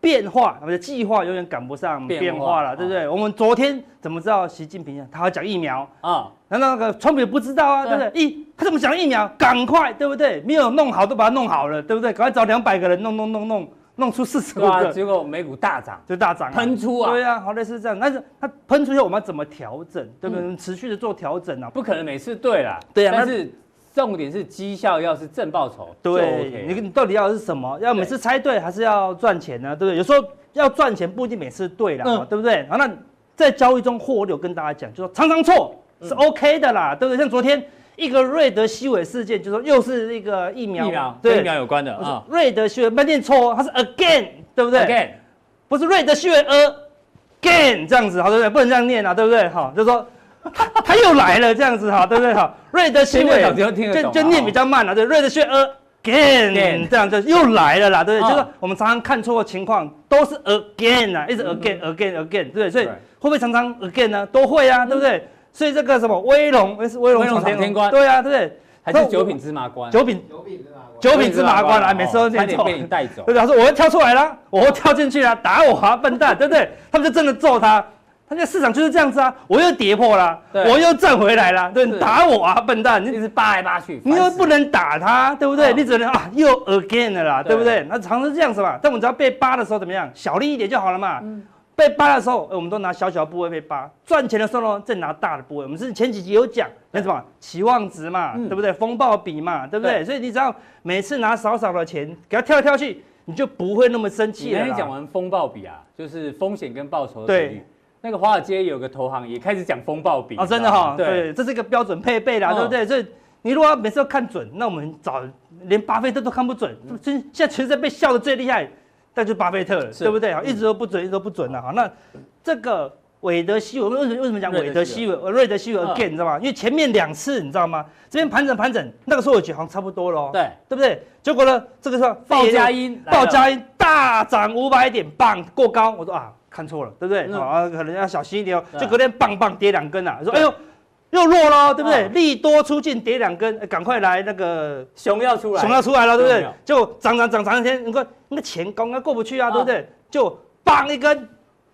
[SPEAKER 3] 变化，我们的计划永远赶不上
[SPEAKER 1] 变
[SPEAKER 3] 变
[SPEAKER 1] 化
[SPEAKER 3] 化了，对不对？我们昨天怎么知道习近平啊他要讲疫苗？
[SPEAKER 1] 啊，
[SPEAKER 3] 难道那个川普也不知道啊？
[SPEAKER 1] 对
[SPEAKER 3] 对不对？咦，他怎么讲疫苗？赶快，对不对？没有弄好都把它弄好了，对不对？赶快找两百个人弄弄弄弄，弄出四十五
[SPEAKER 1] 对啊，
[SPEAKER 3] 个，
[SPEAKER 1] 结果美股大涨，
[SPEAKER 3] 就大涨啊
[SPEAKER 1] 喷出啊，
[SPEAKER 3] 对啊，好类似这样，但是它喷出去我们要怎么调整？对不对？持续的做调整啊。
[SPEAKER 1] 嗯不可能每次对啦，
[SPEAKER 3] 对啊
[SPEAKER 1] 但
[SPEAKER 3] 那
[SPEAKER 1] 是重点是绩效要是正报酬，就
[SPEAKER 3] 对，
[SPEAKER 1] OK
[SPEAKER 3] 你你到底要的是什么？要每次猜对，还是要赚钱呢？对不对？有时候要赚钱不一定每次对啦，
[SPEAKER 1] 嗯
[SPEAKER 3] 对不对？好，那在交易中获利，我跟大家讲，就说常常错
[SPEAKER 1] 嗯
[SPEAKER 3] 是 OK 的啦，对不对？像昨天一个瑞德西韦事件，就说又是一个疫苗，
[SPEAKER 1] 疫苗跟疫
[SPEAKER 3] 对，
[SPEAKER 1] 苗有关的
[SPEAKER 3] 我说
[SPEAKER 1] 啊，
[SPEAKER 3] 瑞德西韦没念错哦，它是 again，对不对
[SPEAKER 1] again，
[SPEAKER 3] 不是瑞德西韦呃 again 这样子，好对不对？不能这样念啊，对不对？好，就说他他又来了这样子，好对不对？好，瑞德西
[SPEAKER 1] 听得
[SPEAKER 3] 韦
[SPEAKER 1] 懂就听得懂
[SPEAKER 3] 就
[SPEAKER 1] 啊
[SPEAKER 3] 就念比较慢了，对，瑞德西韦呃
[SPEAKER 1] again
[SPEAKER 3] again 这样就又来了啦，对
[SPEAKER 1] 嗯
[SPEAKER 3] 不对？就是我们常常看错的情况都是 again 啊，一直 again again again，对不对？所以
[SPEAKER 1] 对
[SPEAKER 3] 会不会常常 again 呢？都会啊，对不对？所以这个什么威龙，诶是威
[SPEAKER 1] 嗯
[SPEAKER 3] 龙
[SPEAKER 1] 威龙
[SPEAKER 3] 闯
[SPEAKER 1] 闯天哎
[SPEAKER 3] 天
[SPEAKER 1] 关
[SPEAKER 3] 关，对啊，对不对？
[SPEAKER 1] 还
[SPEAKER 3] 那
[SPEAKER 1] 是
[SPEAKER 3] 我
[SPEAKER 1] 九品芝麻官，
[SPEAKER 3] 九品
[SPEAKER 4] 九品芝麻官
[SPEAKER 3] 九品芝麻官啊，
[SPEAKER 1] 哦
[SPEAKER 3] 每次都
[SPEAKER 1] 差
[SPEAKER 3] 念
[SPEAKER 1] 点
[SPEAKER 3] 错。
[SPEAKER 1] 被你带走
[SPEAKER 3] 对，不对？他说我要跳出来啦，我要跳进去啦，打我啊，笨蛋，对不对？他们就真的揍他。他现在市场就是这样子啊，我又跌破啦，
[SPEAKER 1] 对
[SPEAKER 3] 我又站回来啦，对，
[SPEAKER 1] 是
[SPEAKER 3] 你打我啊，笨蛋，
[SPEAKER 1] 一
[SPEAKER 3] 你
[SPEAKER 1] 直扒来扒去，
[SPEAKER 3] 你又
[SPEAKER 1] 烦死
[SPEAKER 3] 不
[SPEAKER 1] 了
[SPEAKER 3] 能打他，对不对？
[SPEAKER 1] 嗯
[SPEAKER 3] 你只能啊又 again 了啦，
[SPEAKER 1] 对
[SPEAKER 3] 对不对？那常常是这样子嘛，但我们只要被扒的时候怎么样，小力一点就好了嘛。
[SPEAKER 1] 嗯
[SPEAKER 3] 被扒的时候，呃我们都拿小小部位被扒；赚钱的时候呢，再拿大的部位。我们是前几集有讲，那什么期望值嘛，
[SPEAKER 1] 嗯
[SPEAKER 3] 对不对？风暴比嘛，对不对？
[SPEAKER 1] 对
[SPEAKER 3] 所以你只要每次拿少少的钱，给它跳来跳去，你就不会那么生
[SPEAKER 1] 你
[SPEAKER 3] 气
[SPEAKER 1] 那
[SPEAKER 3] 了
[SPEAKER 1] 天讲
[SPEAKER 3] 啦。
[SPEAKER 1] 完风暴比啊，就是风险跟报酬的
[SPEAKER 3] 对
[SPEAKER 1] 比率。那个华尔街有个投行也开始讲风暴比
[SPEAKER 3] 哦，真的哈、
[SPEAKER 1] 对，
[SPEAKER 3] 对，这是一个标准配备啦，
[SPEAKER 1] 嗯
[SPEAKER 3] 对不对？所以你如果要每次都看准，那我们早连巴菲特都看不准，
[SPEAKER 1] 嗯
[SPEAKER 3] 现现在全世界被笑的最厉害，但就巴菲特了，
[SPEAKER 1] 是嗯
[SPEAKER 3] 对不对？好，一直都不准，一直都不准了。好，那这个韦德西韦，为什么为什么讲
[SPEAKER 1] 瑞德
[SPEAKER 3] 韦德西韦？呃瑞德西韦
[SPEAKER 1] 嗯
[SPEAKER 3] again，、你知道吗？因为前面两次你知道吗？这边盘整盘整，那个时候我觉得好像差不多了、哦，
[SPEAKER 1] 对
[SPEAKER 3] 对不对？结果呢，这个时候
[SPEAKER 1] 鲍
[SPEAKER 3] 肺炎
[SPEAKER 1] 佳音来了，
[SPEAKER 3] 报佳音大涨五百点，棒过高，我说啊看错了，对不对？
[SPEAKER 1] 嗯
[SPEAKER 3] 好啊，可能要小心一点哦
[SPEAKER 1] 对。
[SPEAKER 3] 就隔天棒棒跌两根啊，说
[SPEAKER 1] 对
[SPEAKER 3] 哎呦又弱喽，对不对？
[SPEAKER 1] 嗯
[SPEAKER 3] 利多出尽跌两根，哎赶快来那个
[SPEAKER 1] 熊要出来，
[SPEAKER 3] 熊要出来了，对不
[SPEAKER 1] 没
[SPEAKER 3] 对
[SPEAKER 1] 有？
[SPEAKER 3] 就涨涨涨涨一天，你看那个钱刚刚过不去啊，
[SPEAKER 1] 嗯
[SPEAKER 3] 对不对？就棒一根。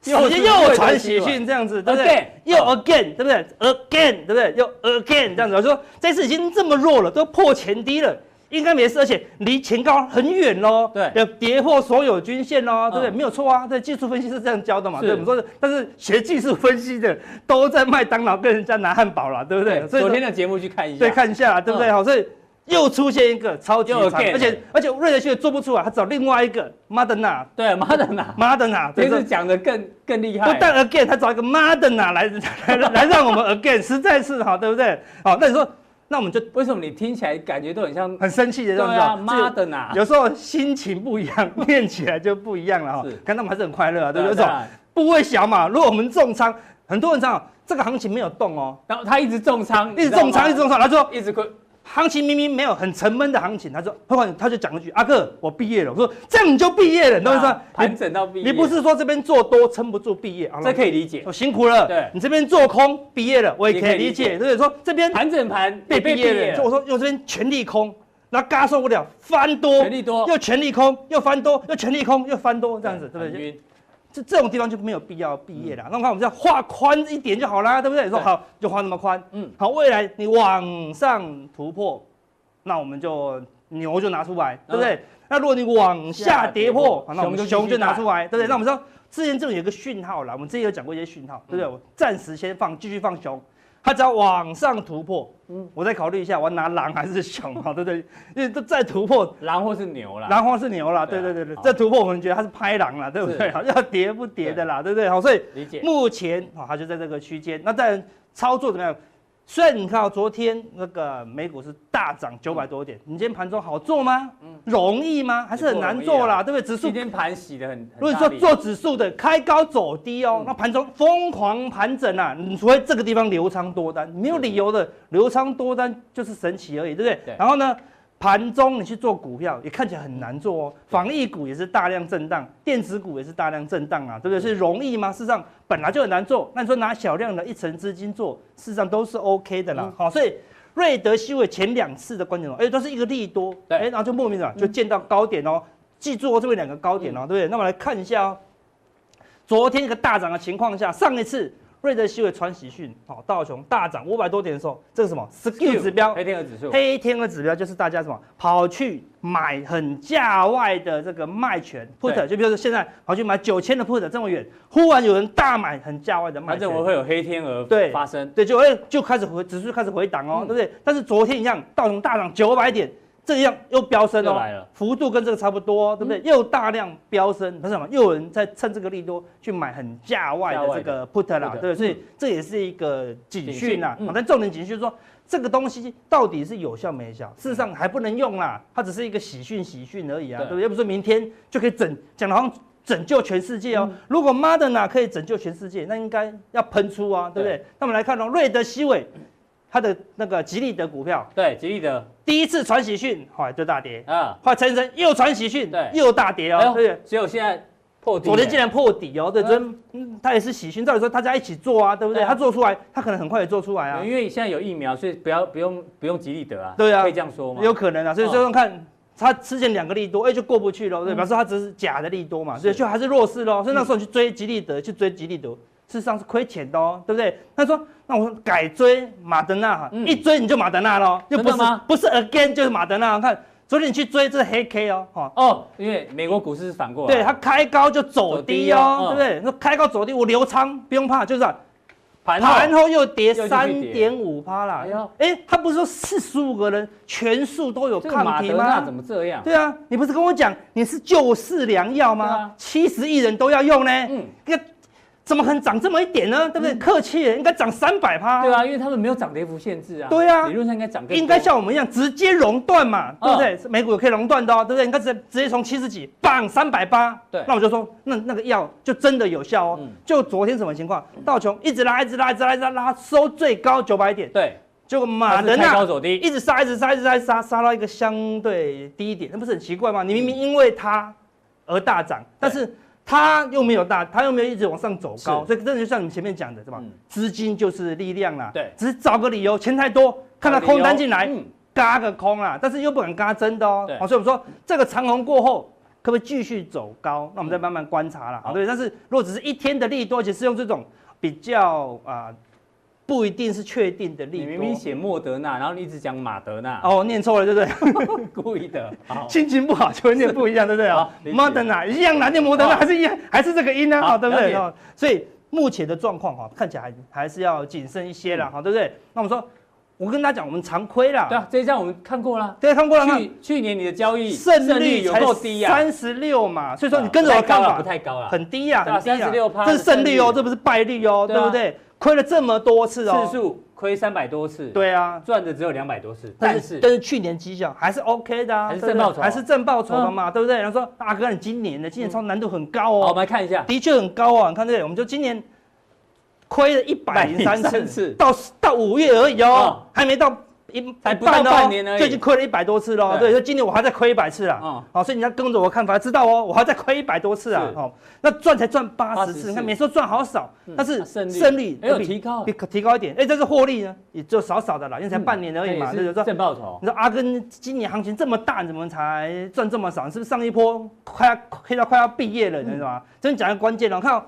[SPEAKER 1] 又
[SPEAKER 3] 直接又传喜讯这样子，对不
[SPEAKER 1] Again，
[SPEAKER 3] 对？哦又
[SPEAKER 1] 嗯
[SPEAKER 3] again，对不对？again，对不对？又 again 这样子，我说这次已经这么弱了，都破前低了，应该没事，而且离前高很远喽，
[SPEAKER 1] 对
[SPEAKER 3] 要跌破所有均线喽，对不对？
[SPEAKER 1] 嗯
[SPEAKER 3] 没有错啊，对，技术分析是这样教的嘛，
[SPEAKER 1] 是
[SPEAKER 3] 对，我们说的，但是学技术分析的都在麦当劳跟人家拿汉堡了，对不对？所
[SPEAKER 1] 昨
[SPEAKER 3] 以说
[SPEAKER 1] 天的节目去看一下，嗯
[SPEAKER 3] 对，看一下啦，对不对？好，所以又出现一个超级
[SPEAKER 1] 又有
[SPEAKER 3] 长，
[SPEAKER 1] gap
[SPEAKER 3] 而且而且瑞德西韦做不出来，啊他找另外一个 Moderna
[SPEAKER 1] 对，妈的 呐，
[SPEAKER 3] Moderna，
[SPEAKER 1] 这
[SPEAKER 3] 对不
[SPEAKER 1] 次
[SPEAKER 3] 对？
[SPEAKER 1] 讲的更更厉害，
[SPEAKER 3] 不但 again，他找一个 Moderna 来 来来让我们 again，实在是哈，对不对？好，那你说，那我们就
[SPEAKER 1] 为什么你听起来感觉都很像？
[SPEAKER 3] 很生气的
[SPEAKER 1] 对
[SPEAKER 3] 这样子
[SPEAKER 1] 啊，
[SPEAKER 3] 啊，这
[SPEAKER 1] 妈
[SPEAKER 3] 个
[SPEAKER 1] 的呐，
[SPEAKER 3] 有时候心情不一样，念起来就不一样了哈
[SPEAKER 1] 是。
[SPEAKER 3] 看他们还是很快乐啊，对不对？
[SPEAKER 1] 对
[SPEAKER 3] 这
[SPEAKER 1] 啊
[SPEAKER 3] 种部位小嘛，如果我们重仓，很多人讲这个行情没有动哦，
[SPEAKER 1] 然后他一直重仓，
[SPEAKER 3] 一直重仓，一直重仓，他说
[SPEAKER 1] 一直亏，
[SPEAKER 3] 行情明明没有很沉闷的行情，他说，他后来他就讲了一句：“阿哥，我毕业了。”我说：“这样你就毕业了，你懂我意思吗
[SPEAKER 1] 啊？盘
[SPEAKER 3] 你
[SPEAKER 1] 整到毕业，
[SPEAKER 3] 你不是说这边做多撑不住毕业啊？
[SPEAKER 1] 这可
[SPEAKER 3] 以，
[SPEAKER 1] 以理解
[SPEAKER 3] 我，辛苦了。
[SPEAKER 1] 对
[SPEAKER 3] 你这边做空毕业了，我也可
[SPEAKER 1] 也可
[SPEAKER 3] 以
[SPEAKER 1] 以理
[SPEAKER 3] 理
[SPEAKER 1] 解
[SPEAKER 3] 解。对，说这边
[SPEAKER 1] 盘整盘
[SPEAKER 3] 被
[SPEAKER 1] 也被
[SPEAKER 3] 毕
[SPEAKER 1] 毕
[SPEAKER 3] 业
[SPEAKER 1] 业
[SPEAKER 3] 了，就我
[SPEAKER 1] 了，
[SPEAKER 3] 说右这边全力空，然后嘎受不了，翻多
[SPEAKER 1] 全，力多，
[SPEAKER 3] 又全力空，又翻多，又全力空，又翻多，这样子对不
[SPEAKER 1] 很
[SPEAKER 3] 对？
[SPEAKER 1] 晕
[SPEAKER 3] 这这种地方就没有必要毕业了。那我看我们这样画宽一点就好啦，对不对？说
[SPEAKER 1] 对
[SPEAKER 3] 好就画那么宽，
[SPEAKER 1] 嗯
[SPEAKER 3] 嗯，好，未来你往上突破，那我们就牛就拿出来，对不对？那如果你往
[SPEAKER 1] 下
[SPEAKER 3] 下
[SPEAKER 1] 跌
[SPEAKER 3] 跌
[SPEAKER 1] 破
[SPEAKER 3] 破，好那我们
[SPEAKER 1] 熊就
[SPEAKER 3] 熊
[SPEAKER 1] 继续
[SPEAKER 3] 就拿
[SPEAKER 1] 带
[SPEAKER 3] 出来，对不
[SPEAKER 1] 嗯
[SPEAKER 3] 对？那我们知道之前这种有一个讯号啦，我们之前有讲过一些讯号，对不对？我暂时先放，继续放熊，它只要往上突破，嗯，我再考虑一下，我要拿狼还是熊，好，对不对？因为这再突破
[SPEAKER 1] 狼或是牛啦，
[SPEAKER 3] 狼或是牛啦，
[SPEAKER 1] 对
[SPEAKER 3] 对
[SPEAKER 1] 啊
[SPEAKER 3] 对对对
[SPEAKER 1] 好，
[SPEAKER 3] 这突破我们觉得它是拍狼啦，对不对？
[SPEAKER 1] 是
[SPEAKER 3] 好，要跌不跌的啦，对不对？好，所以哦
[SPEAKER 1] 理解，
[SPEAKER 3] 目前啊，它就在这个区间。那在操作怎么样？虽然你看到昨天那个美股是大涨九百
[SPEAKER 1] 嗯
[SPEAKER 3] 多点，你今天盘中好做吗？容易吗？还是很难做啦，对不对？指数
[SPEAKER 1] 啊今天盘洗的很，很
[SPEAKER 3] 如果你
[SPEAKER 1] 大
[SPEAKER 3] 说
[SPEAKER 1] 力
[SPEAKER 3] 做指数的开高走低
[SPEAKER 1] 嗯
[SPEAKER 3] 哦，那盘中疯狂盘整啊，你除非这个地方留仓多单，没有理由的留仓多单就是神奇而已，对不对？
[SPEAKER 1] 对
[SPEAKER 3] 然后呢，盘中你去做股票也看起来很难做哦，防疫股也是大量震荡，电子股也是大量震荡啊，对不对？所以容易吗？事实上本来就很难做，那你说拿小量的一成资金做，事实上都是 OK 的啦。好，所以。瑞德西韦前两次的关键哦，哎、都是一个利多，
[SPEAKER 1] 对
[SPEAKER 3] 哎、然后就莫名的就见到高点哦，记住哦，这边两个高点哦，对不对？那我们来看一下哦，昨天一个大涨的情况下，上一次瑞德西韦传喜讯，好，道琼大涨五百多点的时候，这是什么
[SPEAKER 1] Q
[SPEAKER 3] ？SKU 指标，
[SPEAKER 1] 黑天鹅指数，
[SPEAKER 3] 黑天鹅指标就是大家什么跑去买很价外的这个卖权 put，
[SPEAKER 1] 对
[SPEAKER 3] 就比如说现在跑去买九千的 put 这么远，忽然有人大买很价外的卖
[SPEAKER 1] 反
[SPEAKER 3] 权
[SPEAKER 1] 正，我会有黑天鹅
[SPEAKER 3] 对
[SPEAKER 1] 发生，
[SPEAKER 3] 对，就哎、就开始回指数开始回档哦，对不对？但是昨天一样，道琼大涨九百点，这样又飙升
[SPEAKER 1] 又
[SPEAKER 3] 哦
[SPEAKER 1] 来了，
[SPEAKER 3] 幅度跟这个差不多哦、
[SPEAKER 1] 嗯
[SPEAKER 3] 对不对？又大量飙升，那什么？又有人在趁这个利多去买很价外
[SPEAKER 1] 价
[SPEAKER 3] 的
[SPEAKER 1] 外
[SPEAKER 3] 这
[SPEAKER 1] 的
[SPEAKER 3] 个 put 啦，
[SPEAKER 1] put
[SPEAKER 3] 对，所以这也是一个警讯啦。
[SPEAKER 1] 嗯警讯嗯
[SPEAKER 3] 但重点警讯就是说。这个东西到底是有效没
[SPEAKER 1] 嗯
[SPEAKER 3] 效？事实上还不能用啦，它只是一个喜讯喜讯而已啊，
[SPEAKER 1] 对
[SPEAKER 3] 对不对？又不是明天就可以拯讲的好像拯救全世界
[SPEAKER 1] 嗯
[SPEAKER 3] 哦。如果 Moderna 可以拯救全世界，那应该要喷出啊，对不对？那我们来看哦，瑞德西韦，它的那个吉利德股票
[SPEAKER 1] 对，吉利德
[SPEAKER 3] 第一次传喜讯，后来就大跌，
[SPEAKER 1] 啊，
[SPEAKER 3] 后来陈生又传喜讯，
[SPEAKER 1] 对
[SPEAKER 3] 又大跌
[SPEAKER 1] 哎
[SPEAKER 3] 哦，对
[SPEAKER 1] 呦
[SPEAKER 3] 不对？
[SPEAKER 1] 所以我现在破底了，
[SPEAKER 3] 昨天竟然破底哦，对，
[SPEAKER 1] 嗯
[SPEAKER 3] 昨天嗯它也是喜讯，照理说大家一起做啊，对不对？
[SPEAKER 1] 对啊
[SPEAKER 3] 它做出来，它可能很快也做出来啊，
[SPEAKER 1] 因为现在有疫苗，所以不要不用不用吉利德啊，
[SPEAKER 3] 对啊
[SPEAKER 1] 可以这样说吗？
[SPEAKER 3] 有可能啊，所以
[SPEAKER 1] 嗯
[SPEAKER 3] 说说看，他之前两个利多，哎、就过不去了，对，表示他只是假的利多嘛，所以
[SPEAKER 1] 是嗯
[SPEAKER 3] 就还是弱势喽。所以那时候你去追吉利德，去追吉利德，事实上是亏钱的哦，对不对？他说，那我说改追马德纳哈，
[SPEAKER 1] 嗯
[SPEAKER 3] 一追你就马德纳喽，又不
[SPEAKER 1] 真
[SPEAKER 3] 是
[SPEAKER 1] 的吗
[SPEAKER 3] 不是 again 就是马德纳。看昨天你去追这是黑 K 哦，哈、
[SPEAKER 1] 哦，因为美国股市是反过来，
[SPEAKER 3] 对，它开高就走
[SPEAKER 1] 走低
[SPEAKER 3] 低哦，
[SPEAKER 1] 哦嗯
[SPEAKER 3] 对不对？那开高走低，我留仓不用怕，就是、啊。
[SPEAKER 1] 盘后
[SPEAKER 3] 盘后又跌
[SPEAKER 1] 又继
[SPEAKER 3] 三
[SPEAKER 1] 续跌
[SPEAKER 3] 点五趴啦
[SPEAKER 1] 哎呦！
[SPEAKER 3] 哎、他不是说四十五个人全数都有
[SPEAKER 1] 这个马
[SPEAKER 3] 抗体
[SPEAKER 1] 德
[SPEAKER 3] 吗
[SPEAKER 1] 纳？怎么这样？
[SPEAKER 3] 对啊，你不是跟我讲你是救世良药
[SPEAKER 1] 对
[SPEAKER 3] 吗
[SPEAKER 1] 啊？
[SPEAKER 3] 七十亿人都要用呢，
[SPEAKER 1] 嗯
[SPEAKER 3] 嗯，那怎么可能涨这么一点呢？对不对？客气了，应该涨三百趴，
[SPEAKER 1] 对，啊，因为他们没有涨跌幅限制啊，
[SPEAKER 3] 对啊
[SPEAKER 1] 理论上应该涨更多，
[SPEAKER 3] 应该像我们一样直接熔断嘛，
[SPEAKER 1] 嗯
[SPEAKER 3] 对不对？美股也可以熔断的哦，对不对？你看直直接从七十几棒三百八，
[SPEAKER 1] 对
[SPEAKER 3] 那我就说那那个药就真的有效哦
[SPEAKER 1] 嗯。
[SPEAKER 3] 就昨天什么情况？道琼一直拉，一直拉，一直拉，一直拉，拉收最高九百点，
[SPEAKER 1] 对，
[SPEAKER 3] 结果马德
[SPEAKER 1] 它是开
[SPEAKER 3] 纳
[SPEAKER 1] 高走低，
[SPEAKER 3] 一直杀，一直杀，一直杀，一直杀杀到一个相对低点，那不是很奇怪吗？你明明因为它而大涨，但是它又没有大，它又没有一直往上走高，
[SPEAKER 1] 是
[SPEAKER 3] 所以真的就像你们前面讲的，是吧
[SPEAKER 1] 嗯？
[SPEAKER 3] 资、金就是力量啦，
[SPEAKER 1] 对
[SPEAKER 3] 只是找个理由，钱太多，看到空单进来，
[SPEAKER 1] 嗯
[SPEAKER 3] 嘎个空啦，但是又不敢嘎真的哦
[SPEAKER 1] 对。
[SPEAKER 3] 好，所以我们说这个长虹过后。可不可以继续走高？那我们再慢慢观察啦。
[SPEAKER 1] 好
[SPEAKER 3] 好，对，但是如果只是一天的利多，而且是用这种比较啊、不一定是确定的利
[SPEAKER 1] 你
[SPEAKER 3] 多，
[SPEAKER 1] 明明写莫德纳，然后你一直讲马德纳，
[SPEAKER 3] 哦，念错了，对不对？
[SPEAKER 1] 故意的。好，
[SPEAKER 3] 心情不好就会念不一样，对不对
[SPEAKER 1] 好
[SPEAKER 3] 啊
[SPEAKER 1] 理解
[SPEAKER 3] ？Moderna 一样难念 Moderna，
[SPEAKER 1] 哦
[SPEAKER 3] 还是一样，还是这个音呢？
[SPEAKER 1] 好
[SPEAKER 3] 啊，对不对？
[SPEAKER 1] 了解
[SPEAKER 3] 哦，所以目前的状况哈，看起来还还是要谨慎一些啦，哦哈，对不对？那我们说，我跟大家讲，我们常亏 啦，
[SPEAKER 1] 嗯对啊，这一张我们看过了。
[SPEAKER 3] 对，看过了吗？
[SPEAKER 1] 去去年你的交易
[SPEAKER 3] 胜率
[SPEAKER 1] 有
[SPEAKER 3] 才
[SPEAKER 1] 够低啊呀，
[SPEAKER 3] 三十六嘛，所以说你跟着我的
[SPEAKER 1] 不太
[SPEAKER 3] 看
[SPEAKER 1] 高了啊不，
[SPEAKER 3] 法
[SPEAKER 1] 太高了，
[SPEAKER 3] 很低呀，
[SPEAKER 1] 对啊
[SPEAKER 3] 很低呀
[SPEAKER 1] 36%
[SPEAKER 3] 这是胜率哦
[SPEAKER 1] 胜率，
[SPEAKER 3] 这不是败率哦，
[SPEAKER 1] 对啊
[SPEAKER 3] 对不对？亏了这么多次哦，
[SPEAKER 1] 次数亏三百多次，，
[SPEAKER 3] 对啊，
[SPEAKER 1] 赚的只有两百多次，
[SPEAKER 3] 但
[SPEAKER 1] 但
[SPEAKER 3] 是
[SPEAKER 1] 是
[SPEAKER 3] 但是去年绩效还是 OK 的啊，
[SPEAKER 1] 还是
[SPEAKER 3] 对不对
[SPEAKER 1] 正报酬啊嗯
[SPEAKER 3] 还是正报酬的嘛，对不对？然后说大哥，你今年的今年操难度很高
[SPEAKER 1] 好，我
[SPEAKER 3] 哦，
[SPEAKER 1] 们来看一下，
[SPEAKER 3] 的确很高啊，你看对不对？我们就今年亏了一百零
[SPEAKER 1] 103
[SPEAKER 3] 三
[SPEAKER 1] 次
[SPEAKER 3] 次，到到五月而已哦
[SPEAKER 1] 嗯，
[SPEAKER 3] 还没到一
[SPEAKER 1] 才
[SPEAKER 3] 一
[SPEAKER 1] 不到
[SPEAKER 3] 哦
[SPEAKER 1] 半年而已
[SPEAKER 3] 就已经亏了一百多次了哦，
[SPEAKER 1] 对
[SPEAKER 3] 对，所以今年我还在亏一百次啊。
[SPEAKER 1] 嗯，
[SPEAKER 3] 好，所以你要跟着我看法，知道哦，我还在亏一百多次啊
[SPEAKER 1] 是。
[SPEAKER 3] 好，那赚才赚八
[SPEAKER 1] 84
[SPEAKER 3] 十次，你看每次都赚好少，嗯但是
[SPEAKER 1] 嗯胜率
[SPEAKER 3] 胜率
[SPEAKER 1] 哎呦
[SPEAKER 3] 比
[SPEAKER 1] 提高了
[SPEAKER 3] 比提高一点，哎，但是获利呢也就少少的啦，因为才
[SPEAKER 1] 嗯
[SPEAKER 3] 半年而已嘛，
[SPEAKER 1] 这
[SPEAKER 3] 对
[SPEAKER 1] 也
[SPEAKER 3] 不
[SPEAKER 1] 是
[SPEAKER 3] 对？
[SPEAKER 1] 正报酬，
[SPEAKER 3] 你说阿根今年行情这么大，你怎么才赚这么少？你是不是上一波快要亏到快要毕业了？你知道吗？
[SPEAKER 1] 嗯
[SPEAKER 3] 真讲一个关键哦，看哦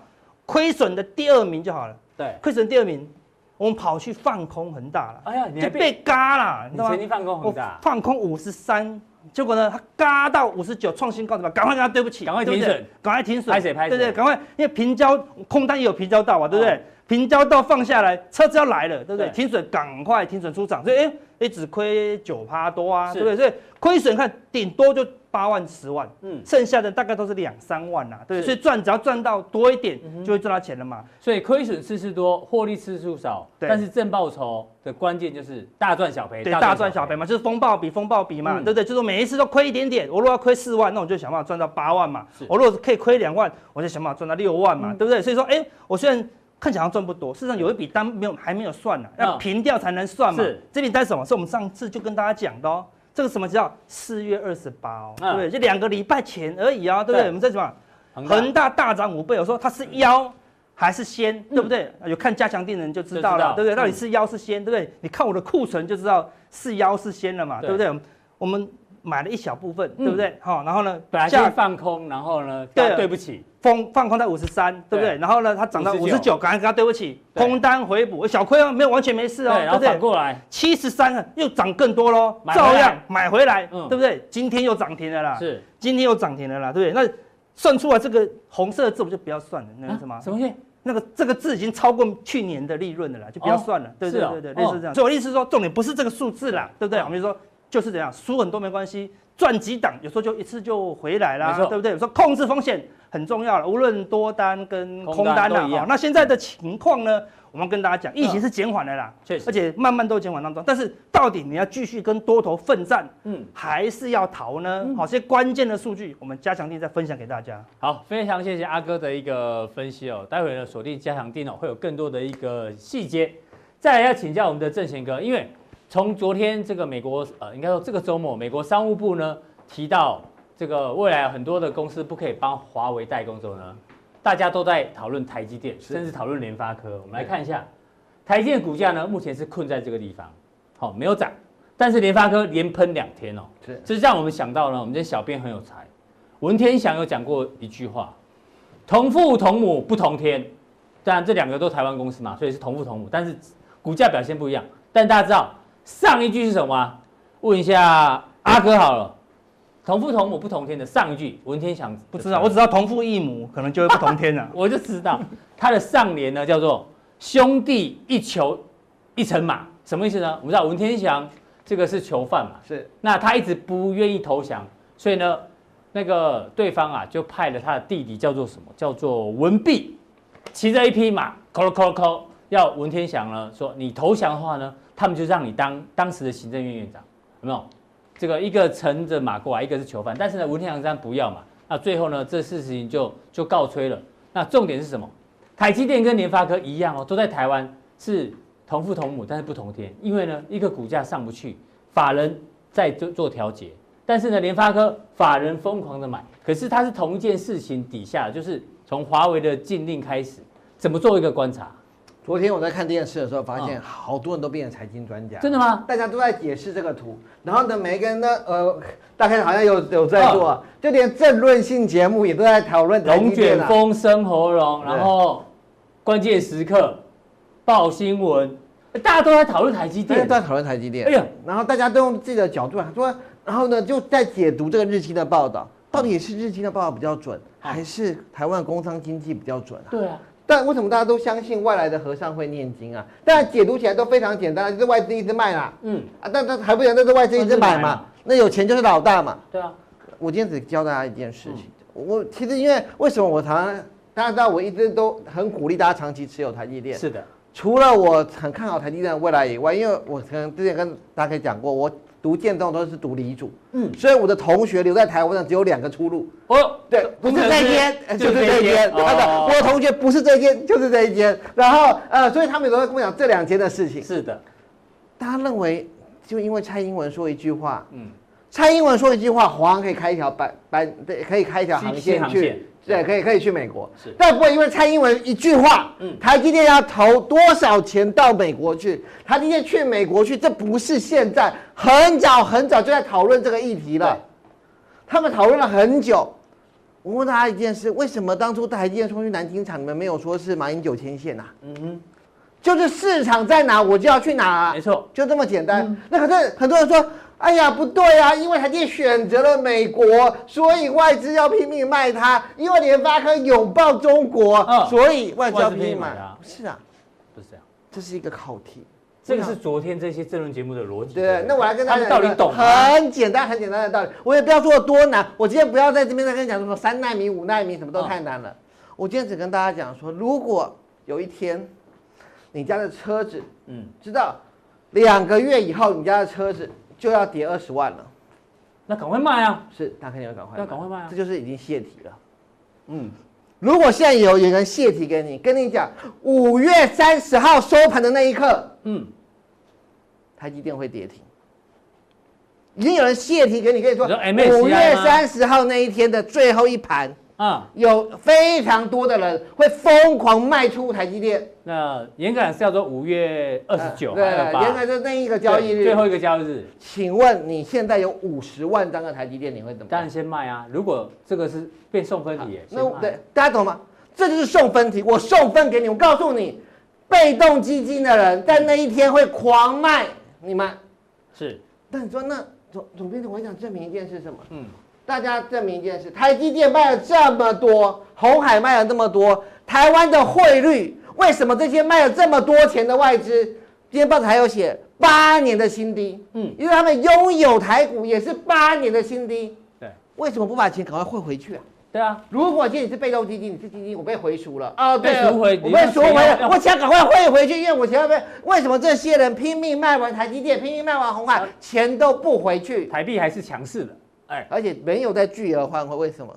[SPEAKER 3] 亏损的第二名就好了，
[SPEAKER 1] 对，
[SPEAKER 3] 亏损第二名，我们跑去放空恒大了，
[SPEAKER 1] 哎呀，你还
[SPEAKER 3] 就
[SPEAKER 1] 被
[SPEAKER 3] 被嘎啦，你
[SPEAKER 1] 你
[SPEAKER 3] 知道吗
[SPEAKER 1] 曾？经放空
[SPEAKER 3] 我
[SPEAKER 1] 很大，
[SPEAKER 3] 放空五十三，结果呢，它嘎到五十九，创新高，怎么办赶快跟他对不起，
[SPEAKER 1] 赶快
[SPEAKER 3] 对不
[SPEAKER 1] 停
[SPEAKER 3] 对
[SPEAKER 1] 损，
[SPEAKER 3] 赶快停损，
[SPEAKER 1] 拍谁拍谁哦
[SPEAKER 3] 对不对？赶快，因为平交空单也有平交到啊，对不对？平交道放下来，车子要来了，对不对？
[SPEAKER 1] 对
[SPEAKER 3] 停损赶快停损出场，所以哎哎只亏九趴多啊，
[SPEAKER 1] 是
[SPEAKER 3] 对不对？所以亏损看顶多就八万十万，
[SPEAKER 1] 嗯，
[SPEAKER 3] 剩下的大概都是两三万啦、啊对不对？
[SPEAKER 1] 是嗯
[SPEAKER 3] 所以赚只要赚到多一点，就会赚到钱了嘛。
[SPEAKER 1] 所以亏损次数多，获利次数少，
[SPEAKER 3] 对
[SPEAKER 1] 但是正报酬的关键就是大赚小赔，
[SPEAKER 3] 对，大赚小赔嘛，就是风暴比风暴比嘛，
[SPEAKER 1] 嗯
[SPEAKER 3] 对不对？就是每一次都亏一点点。我如果要亏四万，那我就想办法赚到八万嘛
[SPEAKER 1] 是。
[SPEAKER 3] 我如果可以亏两万，我就想办法赚到六万嘛，
[SPEAKER 1] 嗯
[SPEAKER 3] 对不对？所以说，哎，我虽然看起来好像赚不多，事实上有一笔单没有还没有算呢、
[SPEAKER 1] 嗯
[SPEAKER 3] 要平掉才能算嘛。
[SPEAKER 1] 是
[SPEAKER 3] 这笔单是什么？是我们上次就跟大家讲的哦。这个什么叫四月二十八哦，
[SPEAKER 1] 嗯
[SPEAKER 3] 对不对？就两个礼拜前而已啊，对不对？
[SPEAKER 1] 对
[SPEAKER 3] 我们在什么？
[SPEAKER 1] 很
[SPEAKER 3] 恒大大涨五倍，我说它是妖还是仙，对不对？有看加强定的人就知道了，
[SPEAKER 1] 嗯就知
[SPEAKER 3] 对
[SPEAKER 1] 道嗯
[SPEAKER 3] 不对？到底是妖是仙，对不对？你看我的库存就知道是妖是仙了嘛，
[SPEAKER 1] 对
[SPEAKER 3] 对不对？我们买了一小部分，
[SPEAKER 1] 嗯
[SPEAKER 3] 对不对？好，然后呢
[SPEAKER 1] 本来，就是
[SPEAKER 3] 价
[SPEAKER 1] 放空，然后呢，
[SPEAKER 3] 对啊
[SPEAKER 1] 对不起，
[SPEAKER 3] 风放空在五十三，对不对？
[SPEAKER 1] 对
[SPEAKER 3] 然后呢，它涨到五十
[SPEAKER 1] 59
[SPEAKER 3] 九，赶快跟他对不起，
[SPEAKER 1] 对
[SPEAKER 3] 空单回补，小亏哦，没有完全没事
[SPEAKER 1] 对，
[SPEAKER 3] 哦，
[SPEAKER 1] 然
[SPEAKER 3] 对
[SPEAKER 1] 后
[SPEAKER 3] 不
[SPEAKER 1] 反
[SPEAKER 3] 对？
[SPEAKER 1] 过来，
[SPEAKER 3] 七十三又涨更多喽
[SPEAKER 1] 买，回来
[SPEAKER 3] 照样买回来，
[SPEAKER 1] 嗯
[SPEAKER 3] 对不对？今天又涨停了啦，
[SPEAKER 1] 是
[SPEAKER 3] 今天又涨停了啦，对不对？那算出来这个红色的字我就不要算了，那个
[SPEAKER 1] 啊
[SPEAKER 3] 什么
[SPEAKER 1] 什么东西？
[SPEAKER 3] 那个这个字已经超过去年的利润的啦，就不要算了，对对
[SPEAKER 1] 是哦
[SPEAKER 3] 对对，
[SPEAKER 1] 哦
[SPEAKER 3] 类似这样。所以我的意思是说，重点不是这个数字啦，对不对？
[SPEAKER 1] 嗯
[SPEAKER 3] 我们就说就是这样，输很多没关系，赚几档有时候就一次就回来啦
[SPEAKER 1] 没，错
[SPEAKER 3] 对不对？说控制风险很重要了，无论多单跟
[SPEAKER 1] 空
[SPEAKER 3] 空单
[SPEAKER 1] 单
[SPEAKER 3] 啦、
[SPEAKER 1] 都一样嗯
[SPEAKER 3] 哦那现在的情况呢，我们跟大家讲，疫情是减缓的啦，
[SPEAKER 1] 确实
[SPEAKER 3] 而且慢慢都减缓当中，但是到底你要继续跟多头奋战，
[SPEAKER 1] 嗯，
[SPEAKER 3] 还是要逃呢？好、这些关键的数据，我们加强力再分享给大家。
[SPEAKER 1] 好，非常谢谢阿哥的一个分析哦。待会呢，锁定加强定哦，会有更多的一个细节。再来要请教我们的正贤哥，因为从昨天这个美国呃，应该说这个周末，美国商务部呢提到这个未来很多的公司不可以帮华为代工之后呢，大家都在讨论台积电，
[SPEAKER 2] 是
[SPEAKER 1] 甚至讨论联发科。我们来看一下，台积电股价呢目前是困在这个地方，好、没有涨，但是联发科连喷两天哦，
[SPEAKER 2] 是
[SPEAKER 1] 这让我们想到呢，我们这小编很有才，文天祥有讲过一句话：“同父同母不同天。”当然，这两个都台湾公司嘛，所以是同父同母，但是股价表现不一样。但大家知道上一句是什么吗？问一下阿哥好了，“同父同母不同天”的上一句，文天祥
[SPEAKER 3] 不知道，我只知道同父异母，可能就会不同天了、啊
[SPEAKER 1] 我就知道它的上联呢叫做“兄弟一囚一乘马”，什么意思呢？我们知道文天祥这个是囚犯嘛，
[SPEAKER 2] 是
[SPEAKER 1] 那他一直不愿意投降，所以呢，那个对方啊就派了他的弟弟叫做什么？叫做文弼，骑着一匹马，扣扣扣扣，要文天祥呢说你投降的话呢，他们就让你当当时的行政院院长，有没有？这个一个乘着马过来，一个是囚犯，但是呢，文天祥当然不要嘛。那最后呢，这事情就就告吹了。那重点是什么？台积电跟联发科一样哦，都在台湾是同父同母，但是不同天，因为呢，一个股价上不去，法人在做做调节。但是呢，联发科法人疯狂的买，可是它是同一件事情底下，就是从华为的禁令开始，怎么做一个观察？
[SPEAKER 4] 昨天我在看电视的时候，发现好多人都变成财经专家，
[SPEAKER 1] 啊真的吗？
[SPEAKER 4] 大家都在解释这个图，然后呢，每个人呢，呃，大概好像有有在做，
[SPEAKER 1] 啊
[SPEAKER 4] 就连政论性节目也都在讨论台
[SPEAKER 1] 龙
[SPEAKER 4] 积电
[SPEAKER 1] 卷
[SPEAKER 4] 啊。
[SPEAKER 1] 风、生喉咙，
[SPEAKER 4] 对
[SPEAKER 1] 然后关键时刻报新闻，大家都在讨论台积
[SPEAKER 4] 大家
[SPEAKER 1] 电
[SPEAKER 4] 都。在讨论台积电，
[SPEAKER 1] 哎呀
[SPEAKER 4] 然后大家都用自己的角度啊说，然后呢就在解读这个日经的报
[SPEAKER 1] 啊
[SPEAKER 4] 道，到底是日经的报道比较准，
[SPEAKER 1] 嗯
[SPEAKER 4] 还是台湾的工商经济比较准啊？
[SPEAKER 1] 对啊，
[SPEAKER 4] 但为什么大家都相信外来的和尚会念经啊？当然解读起来都非常简单，就是外资一直卖啦，
[SPEAKER 1] 嗯，
[SPEAKER 4] 啊，但但还不讲，那是外资一直买嘛，那有钱就是老大嘛。
[SPEAKER 1] 对啊，
[SPEAKER 4] 我今天只教大家一件事情，我其实因为为什么我常常大家知道我一直都很鼓励大家长期持有台积电，
[SPEAKER 1] 是的，
[SPEAKER 4] 除了我很看好台积电的未来以外，因为我可能之前跟大家讲过，我读建中都是读理组，
[SPEAKER 1] 嗯，
[SPEAKER 4] 所以我的同学留在台湾的只有两个出路，
[SPEAKER 1] 哦，
[SPEAKER 4] 对，不是这一间，呃就是这一间。他的我
[SPEAKER 1] 哦，
[SPEAKER 4] 的同学不是这一间，就是这一间。然后呃，所以他们有时候会跟我讲这两间的事情。
[SPEAKER 1] 是的，
[SPEAKER 4] 大家认为，就因为蔡英文说一句话，
[SPEAKER 1] 嗯，
[SPEAKER 4] 蔡英文说一句话，华航可以开一条班班，对，可以开一条航
[SPEAKER 1] 新
[SPEAKER 4] 线
[SPEAKER 1] 航线
[SPEAKER 4] 去，对，可以可以去美国
[SPEAKER 1] 是。
[SPEAKER 4] 但不会因为蔡英文一句话，
[SPEAKER 1] 嗯
[SPEAKER 4] 台积电要投多少钱到美国去？台积电去美国去，这不是现在，很早很早就在讨论这个议题了
[SPEAKER 1] 对。
[SPEAKER 4] 他们讨论了很久。我问大家一件事：为什么当初台积电冲去南京厂，你们没有说是马英九牵线呐、
[SPEAKER 1] 嗯哼，
[SPEAKER 4] 就是市场在哪，我就要去哪、啊
[SPEAKER 1] 没错，
[SPEAKER 4] 就这么简单。
[SPEAKER 1] 嗯
[SPEAKER 4] 那可是很多人说，哎呀，不对啊，因为台积电选择了美国，所以外资要拼命卖它；因为联发科拥抱中国，
[SPEAKER 1] 嗯
[SPEAKER 4] 所以外资
[SPEAKER 1] 外资
[SPEAKER 4] 要拼
[SPEAKER 1] 拼命
[SPEAKER 4] 命
[SPEAKER 1] 买
[SPEAKER 4] 买
[SPEAKER 1] 它。
[SPEAKER 4] 不是啊，这是一个考题。
[SPEAKER 1] 这个是昨天这些政论节目的逻辑。
[SPEAKER 4] 对，那我来跟大
[SPEAKER 1] 他
[SPEAKER 4] 家
[SPEAKER 1] 们
[SPEAKER 4] 讲
[SPEAKER 1] 到
[SPEAKER 4] 一个
[SPEAKER 1] 底懂吗？啊
[SPEAKER 4] 很简单、很简单的道理。我也不要说有多难，我今天不要在这边再跟你讲什么三纳米、五纳米，什么都
[SPEAKER 1] 嗯
[SPEAKER 4] 太难了。我今天只跟大家讲说，如果有一天你家的车子
[SPEAKER 1] 嗯，
[SPEAKER 4] 知道两个月以后你家的车子就要跌二十万了，
[SPEAKER 1] 那赶快卖啊！
[SPEAKER 4] 是大肯定要赶快
[SPEAKER 1] 对啊赶快卖啊
[SPEAKER 4] 这就是已经泄题了。
[SPEAKER 1] 嗯，
[SPEAKER 4] 如果现在有有人泄题给你，跟你讲五月三十号收盘的那一刻，
[SPEAKER 1] 嗯，
[SPEAKER 4] 台积电会跌停。已经有人泄题给你，跟你说
[SPEAKER 1] 你说哎 MSCI 吗
[SPEAKER 4] 五月三十号那一天的最后一盘，
[SPEAKER 1] 啊，
[SPEAKER 4] 有非常多的人会疯狂卖出台积电。呃
[SPEAKER 1] 那严格讲是要说五月二十九，
[SPEAKER 4] 啊对，
[SPEAKER 1] 还有吧
[SPEAKER 4] 严格就是那一个交易
[SPEAKER 1] 对
[SPEAKER 4] 日。
[SPEAKER 1] 最后一个交易日，
[SPEAKER 4] 请问你现在有五十万张的台积电，你会怎么
[SPEAKER 1] 当
[SPEAKER 4] 办
[SPEAKER 1] 然？先卖啊。如果这个是变送分题耶，
[SPEAKER 4] 那
[SPEAKER 1] 先卖
[SPEAKER 4] 对大家懂吗？这就是送分题，我送分给你，我告诉你，被动基金的人在那一天会狂卖，你们。
[SPEAKER 1] 是，
[SPEAKER 4] 但你说那总总编辑，我想证明一件事是什么？
[SPEAKER 1] 嗯，
[SPEAKER 4] 大家证明一件事：台积电卖了这么多，红海卖了这么多，台湾的汇率为什么这些卖了这么多钱的外资，今天报纸还有写八年的新低？
[SPEAKER 1] 嗯，
[SPEAKER 4] 因为他们拥有台股也是八年的新低，
[SPEAKER 1] 对，
[SPEAKER 4] 为什么不把钱赶快汇回去啊？
[SPEAKER 1] 对啊，
[SPEAKER 4] 如果今天你是被动基金，你是基金，我被回赎了啊、哦，对
[SPEAKER 1] 被赎回
[SPEAKER 4] 我
[SPEAKER 1] 你要
[SPEAKER 4] 被赎回
[SPEAKER 1] 钱要
[SPEAKER 4] 了，我想赶快汇回去，因为我钱要被为什么这些人拼命卖完台积电，拼命卖完红海，钱都不回去，
[SPEAKER 1] 台币还是强势的，哎，
[SPEAKER 4] 而且没有在巨额换汇，为什么？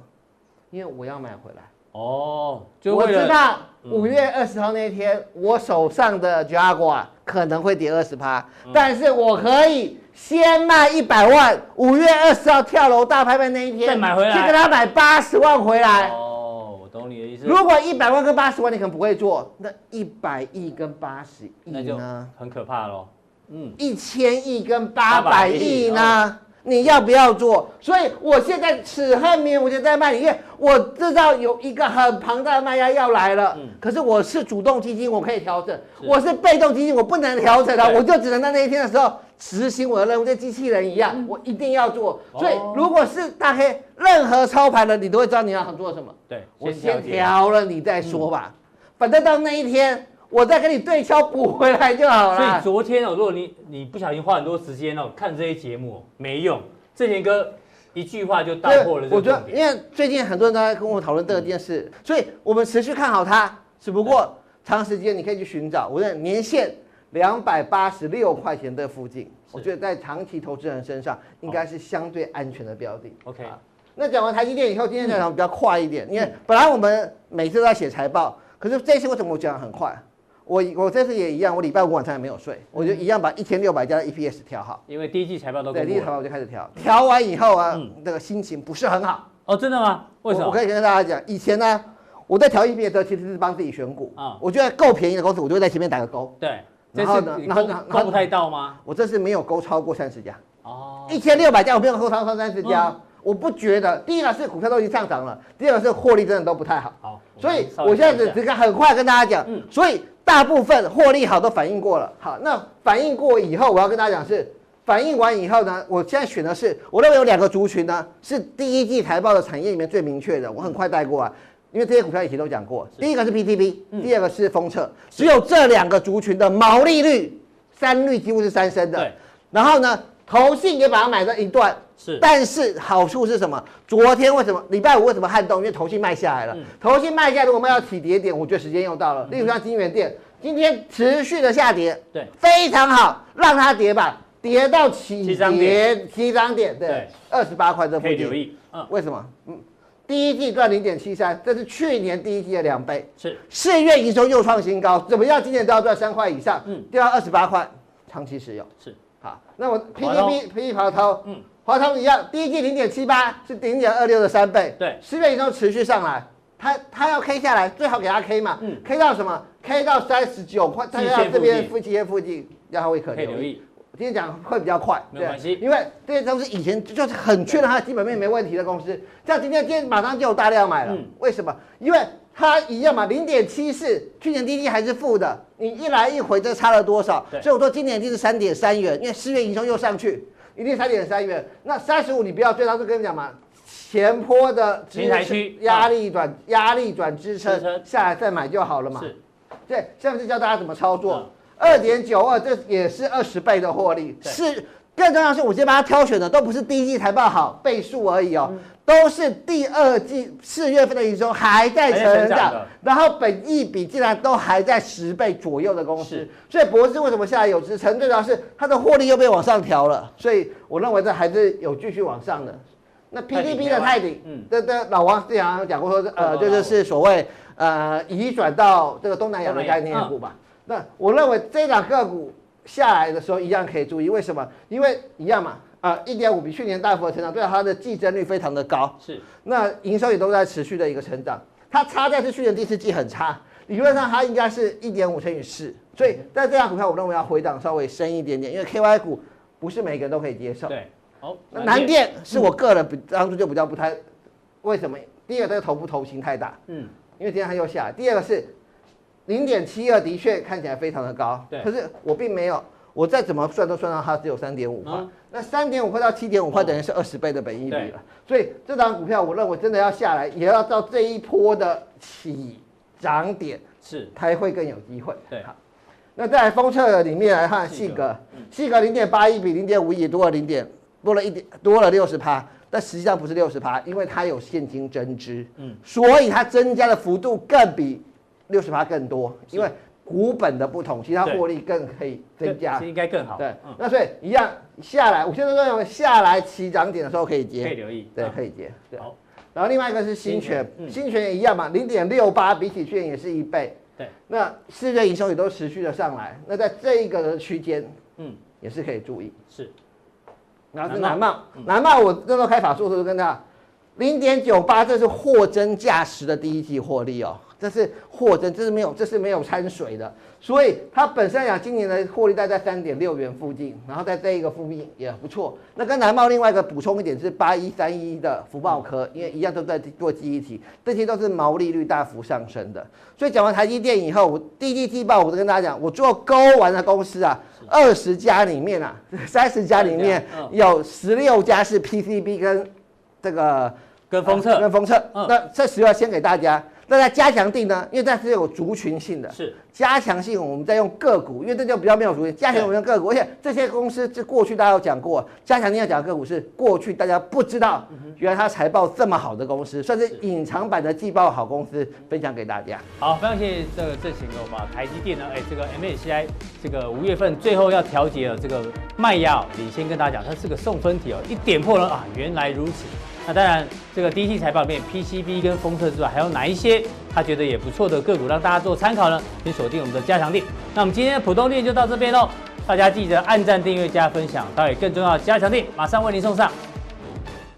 [SPEAKER 4] 因为我要买回来。
[SPEAKER 1] 哦，就
[SPEAKER 4] 我
[SPEAKER 1] 为
[SPEAKER 4] 知
[SPEAKER 1] 了嗯
[SPEAKER 4] 道五月二十号那天，我手上的 Jaguar 可能会跌二十趴，
[SPEAKER 1] 嗯
[SPEAKER 4] 但是我可以先卖一百万，五月二十号跳楼大拍卖那一天
[SPEAKER 1] 再买回来
[SPEAKER 4] 去跟他买八十万回来。
[SPEAKER 1] 哦，我懂你的意思，
[SPEAKER 4] 如果一百万跟八十万你可能不会做，那一百亿跟八十亿
[SPEAKER 1] 那就
[SPEAKER 4] 呢？
[SPEAKER 1] 很可怕喽。嗯，
[SPEAKER 4] 一千亿跟八百亿
[SPEAKER 1] 哦
[SPEAKER 4] 呢？你要不要做？所以我现在此恨明我就在卖你，因为我知道有一个很庞大的卖压要来了。
[SPEAKER 1] 嗯
[SPEAKER 4] 可是我是主动基金，我可以调整；
[SPEAKER 1] 是
[SPEAKER 4] 我是被动基金，我不能调
[SPEAKER 1] 对
[SPEAKER 4] 整了，我就只能在那一天的时候执行我的任务，跟机器人一
[SPEAKER 1] 嗯
[SPEAKER 4] 样，我一定要做。所以
[SPEAKER 1] 哦
[SPEAKER 4] 如果是大黑，任何操盘的你都会知道你要做什么。
[SPEAKER 1] 对，
[SPEAKER 4] 我
[SPEAKER 1] 调
[SPEAKER 4] 先
[SPEAKER 1] 节，
[SPEAKER 4] 调了你再说吧，反正到那一天我再跟你对敲补回来就好
[SPEAKER 1] 所以
[SPEAKER 4] 了。
[SPEAKER 1] 昨天哦，如果你你不小心花很多时间哦看这些节目、哦、没用，郑贤哥一句话就道破了这
[SPEAKER 4] 我
[SPEAKER 1] 个
[SPEAKER 4] 觉
[SPEAKER 1] 重
[SPEAKER 4] 得，
[SPEAKER 1] 点。嗯
[SPEAKER 4] 因为最近很多人都在跟我讨论这件事，所以我们持续看好它。只不过长时间你可以去寻找，我认为年限两百八十六块钱的附近，我觉得在长期投资人身上应该是相对安全的标的。
[SPEAKER 1] OK
[SPEAKER 4] 啊那讲完台积电以后，今天讲的比较快一点，因
[SPEAKER 1] 嗯
[SPEAKER 4] 为本来我们每次都在写财报，可是这次为什么我讲得很快？我我这次也一样，我礼拜五晚上也没有
[SPEAKER 1] 嗯
[SPEAKER 4] 睡，我就一样把一千六百家的 EPS 调好，
[SPEAKER 1] 因为第一季财报都
[SPEAKER 4] 对，
[SPEAKER 1] 公
[SPEAKER 4] 第一
[SPEAKER 1] 布
[SPEAKER 4] 条
[SPEAKER 1] 了。
[SPEAKER 4] 我就开始调，调完以后啊
[SPEAKER 1] 嗯，
[SPEAKER 4] 那个心情不是很好。
[SPEAKER 1] 哦，真的吗？为什么？
[SPEAKER 4] 我我可以跟大家讲，以前呢，我在调 EPS 的时候其实是帮自己选股
[SPEAKER 1] 啊
[SPEAKER 4] 我觉得够便宜的公司，我就会在前面打个勾。
[SPEAKER 1] 对，这
[SPEAKER 4] 然后
[SPEAKER 1] 次
[SPEAKER 4] 呢
[SPEAKER 1] 你
[SPEAKER 4] 然后
[SPEAKER 1] 勾
[SPEAKER 4] 然后
[SPEAKER 1] 勾不太到吗？
[SPEAKER 4] 我这次没有勾超过三十家，
[SPEAKER 1] 哦，
[SPEAKER 4] 一千六百家我没有勾超过三十家。
[SPEAKER 1] 嗯
[SPEAKER 4] 我不觉得，第一个是股票都已经上涨了，第二个是获利真的都不太好。
[SPEAKER 1] 好，
[SPEAKER 4] 所以
[SPEAKER 1] 们稍微
[SPEAKER 4] 我现在
[SPEAKER 1] 看
[SPEAKER 4] 只
[SPEAKER 1] 一下
[SPEAKER 4] 只敢很快跟大家讲，
[SPEAKER 1] 嗯
[SPEAKER 4] 所以大部分获利好都反应过了。好，那反应过以后，我要跟大家讲是，反应完以后呢，我现在选的是，我认为有两个族群呢是第一季财报的产业里面最明确的，我很快带过来。啊因为这些股票以前都讲过，第一个是 PTB，、第二
[SPEAKER 1] 嗯
[SPEAKER 4] 个是封测，只有这两个族群的毛利率三率几乎是三升的
[SPEAKER 1] 对。
[SPEAKER 4] 然后呢，投信也把它买了一段，
[SPEAKER 1] 是
[SPEAKER 4] 但是好处是什么？昨天为什么礼拜五为什么撼动？因为投信卖下
[SPEAKER 1] 嗯
[SPEAKER 4] 来了，投信卖下来，如果我们要起跌点，我觉得时间又到了。例如像金源店，今天持续的下跌，
[SPEAKER 1] 对，
[SPEAKER 4] 非常好，让它跌吧，跌到起
[SPEAKER 1] 七张点
[SPEAKER 4] 跌七张点，
[SPEAKER 1] 对
[SPEAKER 4] 对，二十八块这附
[SPEAKER 1] 可以
[SPEAKER 4] 近
[SPEAKER 1] 留。意。嗯，
[SPEAKER 4] 为什么？嗯，第一季赚零点七三，这是去年第一季的两倍。
[SPEAKER 1] 是
[SPEAKER 4] 四月营收又创新高，怎么样？今年都要赚三块以上，
[SPEAKER 1] 嗯
[SPEAKER 4] 嗯，掉到二十八块，长期持有。
[SPEAKER 1] 是，
[SPEAKER 4] 好，那我
[SPEAKER 1] 华通
[SPEAKER 4] PTP PE 华通，
[SPEAKER 1] 嗯
[SPEAKER 4] 嗯，华通一样，第一季零点七八是零点二六的三倍，
[SPEAKER 1] 对
[SPEAKER 4] 十月营收持续上来，它它要 K 下来，最好给它 K 嘛，
[SPEAKER 1] 嗯
[SPEAKER 4] 嗯，K 到什么？K 到三十九块，
[SPEAKER 1] 季线
[SPEAKER 4] 再到这边
[SPEAKER 1] 附
[SPEAKER 4] 附近附近，然后会可
[SPEAKER 1] 可以留
[SPEAKER 4] 留意。
[SPEAKER 1] 意。
[SPEAKER 4] 我今天讲会比较快，
[SPEAKER 1] 没有
[SPEAKER 4] 对
[SPEAKER 1] 关系
[SPEAKER 4] 因为这些都是以前就是很确认它的基本面没问题的公司，像今天今天马上就有大量买了，
[SPEAKER 1] 嗯
[SPEAKER 4] 为什么？因为它一样嘛，零点七四，去年低低还是负的，你一来一回这差了多少
[SPEAKER 1] 对？
[SPEAKER 4] 所以我说今年一定是三点三元，因为四月营收又上去，一定三点三元。那三十五你不要追，他就跟你讲嘛，前坡的支
[SPEAKER 1] 平台区
[SPEAKER 4] 压力转压力转支撑
[SPEAKER 1] 支撑
[SPEAKER 4] 下来再买就好了嘛。
[SPEAKER 1] 是，
[SPEAKER 4] 对，下面就教大家怎么操作
[SPEAKER 1] 嗯。
[SPEAKER 4] 二点九二，这也是二十倍的获利，
[SPEAKER 1] 对
[SPEAKER 4] 是。更重要的是，我今天帮他挑选的都不是第一季财报好倍数而已哦，都是第二季四月份的营收还在
[SPEAKER 1] 还在
[SPEAKER 4] 成
[SPEAKER 1] 成长
[SPEAKER 4] 长
[SPEAKER 1] 的，
[SPEAKER 4] 然后本益比竟然都还在十倍左右的公司
[SPEAKER 1] 是，
[SPEAKER 4] 所以博智为什么下来有支撑？最主要是它的获利又被往上调了，所以我认为这还是有继续往上的。那
[SPEAKER 1] 泰鼎
[SPEAKER 4] PDB
[SPEAKER 1] 台
[SPEAKER 4] 的
[SPEAKER 1] 湾
[SPEAKER 4] 泰鼎，
[SPEAKER 1] 嗯
[SPEAKER 4] 嗯，这这老王之前好像讲过说，呃，
[SPEAKER 1] 对
[SPEAKER 4] 这
[SPEAKER 1] 对
[SPEAKER 4] 就是所谓呃移转到这个东南亚的嗯概念股吧。那我认为这两个股下来的时候一样可以注意，为什么？因为一样嘛，啊、1一点五比去年大幅的成长，对它的竞争率非常的高，
[SPEAKER 1] 是
[SPEAKER 4] 那营收也都在持续的一个成长。它差在是去年第四季很差，理论上它应该是一点五乘以四，所以在这样股票我认为要回档稍微深一点点，因为 KY 股不是每个人都可以接受。
[SPEAKER 1] 对，好，
[SPEAKER 4] 那南电是我个人比当初就比较不太，为什么？第一个这个头部头型太大，
[SPEAKER 1] 嗯，
[SPEAKER 4] 因为今天它又下来。第二个是零点七二，的确看起来非常的高，
[SPEAKER 1] 对
[SPEAKER 4] 可是我并没有，我再怎么算都算到它只有三点五块
[SPEAKER 1] 嗯。
[SPEAKER 4] 那三点五块到七点五块，等于是二十倍的本益比
[SPEAKER 1] 哦对
[SPEAKER 4] 了。所以这张股票，我认为真的要下来，也要到这一波的起涨点，
[SPEAKER 1] 是
[SPEAKER 4] 才会更有机会。
[SPEAKER 1] 对
[SPEAKER 4] 好，那在封测里面来看，
[SPEAKER 1] 细
[SPEAKER 4] 细
[SPEAKER 1] 格嗯
[SPEAKER 4] 格，细格零点八一比零点五一多了零点，多了一点，多了六十趴，但实际上不是六十趴，因为它有现金增资，
[SPEAKER 1] 嗯
[SPEAKER 4] 嗯，所以它增加的幅度更比六十趴更多，
[SPEAKER 1] 是
[SPEAKER 4] 因为股本的不同，其实它
[SPEAKER 1] 对
[SPEAKER 4] 获利更可以增加
[SPEAKER 1] 是。应该更好，
[SPEAKER 4] 对
[SPEAKER 1] 嗯，
[SPEAKER 4] 那所以一样下来，我现在认为下来起涨点的时候可
[SPEAKER 1] 可
[SPEAKER 4] 以
[SPEAKER 1] 以
[SPEAKER 4] 接，
[SPEAKER 1] 留意，
[SPEAKER 4] 对，
[SPEAKER 1] 嗯
[SPEAKER 4] 可以接，对。
[SPEAKER 1] 好，
[SPEAKER 4] 然后另外一个是新
[SPEAKER 1] 新
[SPEAKER 4] 泉
[SPEAKER 1] 泉嗯，
[SPEAKER 4] 新泉也一样嘛，零点六八比起去年也是一倍。
[SPEAKER 1] 对，
[SPEAKER 4] 那四月营收也都持续的上来，那在这一个的区间
[SPEAKER 1] 嗯，
[SPEAKER 4] 也是可以注意。
[SPEAKER 1] 是
[SPEAKER 4] 然后是
[SPEAKER 1] 南
[SPEAKER 4] 南茂，南茂我那时候开法术的时候跟他零点九八，这是货真价实的第一季获利哦，这是货真，这是没有，这是没有掺水的，所以它本身来讲今年的获利大概三点六元附近，然后在这一个附近也不错。那跟南茂另外一个补充一点是八一三一的福报科，因为一样都在做记忆体，这些都是毛利率大幅上升的。所以讲完台积电以后，我第一季季报我就跟大家讲，我做勾完的公司啊，二十家里面啊，三十家里面
[SPEAKER 1] 嗯
[SPEAKER 4] 有十六家是 PCB 跟这个
[SPEAKER 1] 跟封
[SPEAKER 4] 呃
[SPEAKER 1] 测
[SPEAKER 4] 跟封测。
[SPEAKER 1] 嗯
[SPEAKER 4] 那这十要先给大家。那在加强定呢？因为它是有族群性的，
[SPEAKER 1] 是
[SPEAKER 4] 加强性我们再用个股，因为这就比较没有族群。加强我们用个股，而且这些公司这过去大家有讲过，加强定要讲的个股是过去大家不知道，原来它财报这么好的公司，算是隐藏版的季报好公司，分享给大家。
[SPEAKER 1] 好，非常谢谢这个郑贤给我们啊台积电呢，哎，这个 MSCI 这个五月份最后要调节了这个卖压哦，领先跟大家讲，它是个送分题哦，一点破了啊，原来如此。那当然，这个第一季财报里面 PCB 跟封测之外，还有哪一些他觉得也不错的个股让大家做参考呢？请锁定我们的加强店。那我们今天的浦东店就到这边喽，大家记得按赞、订阅、加分享，当然也更重要，加强店马上为您送上。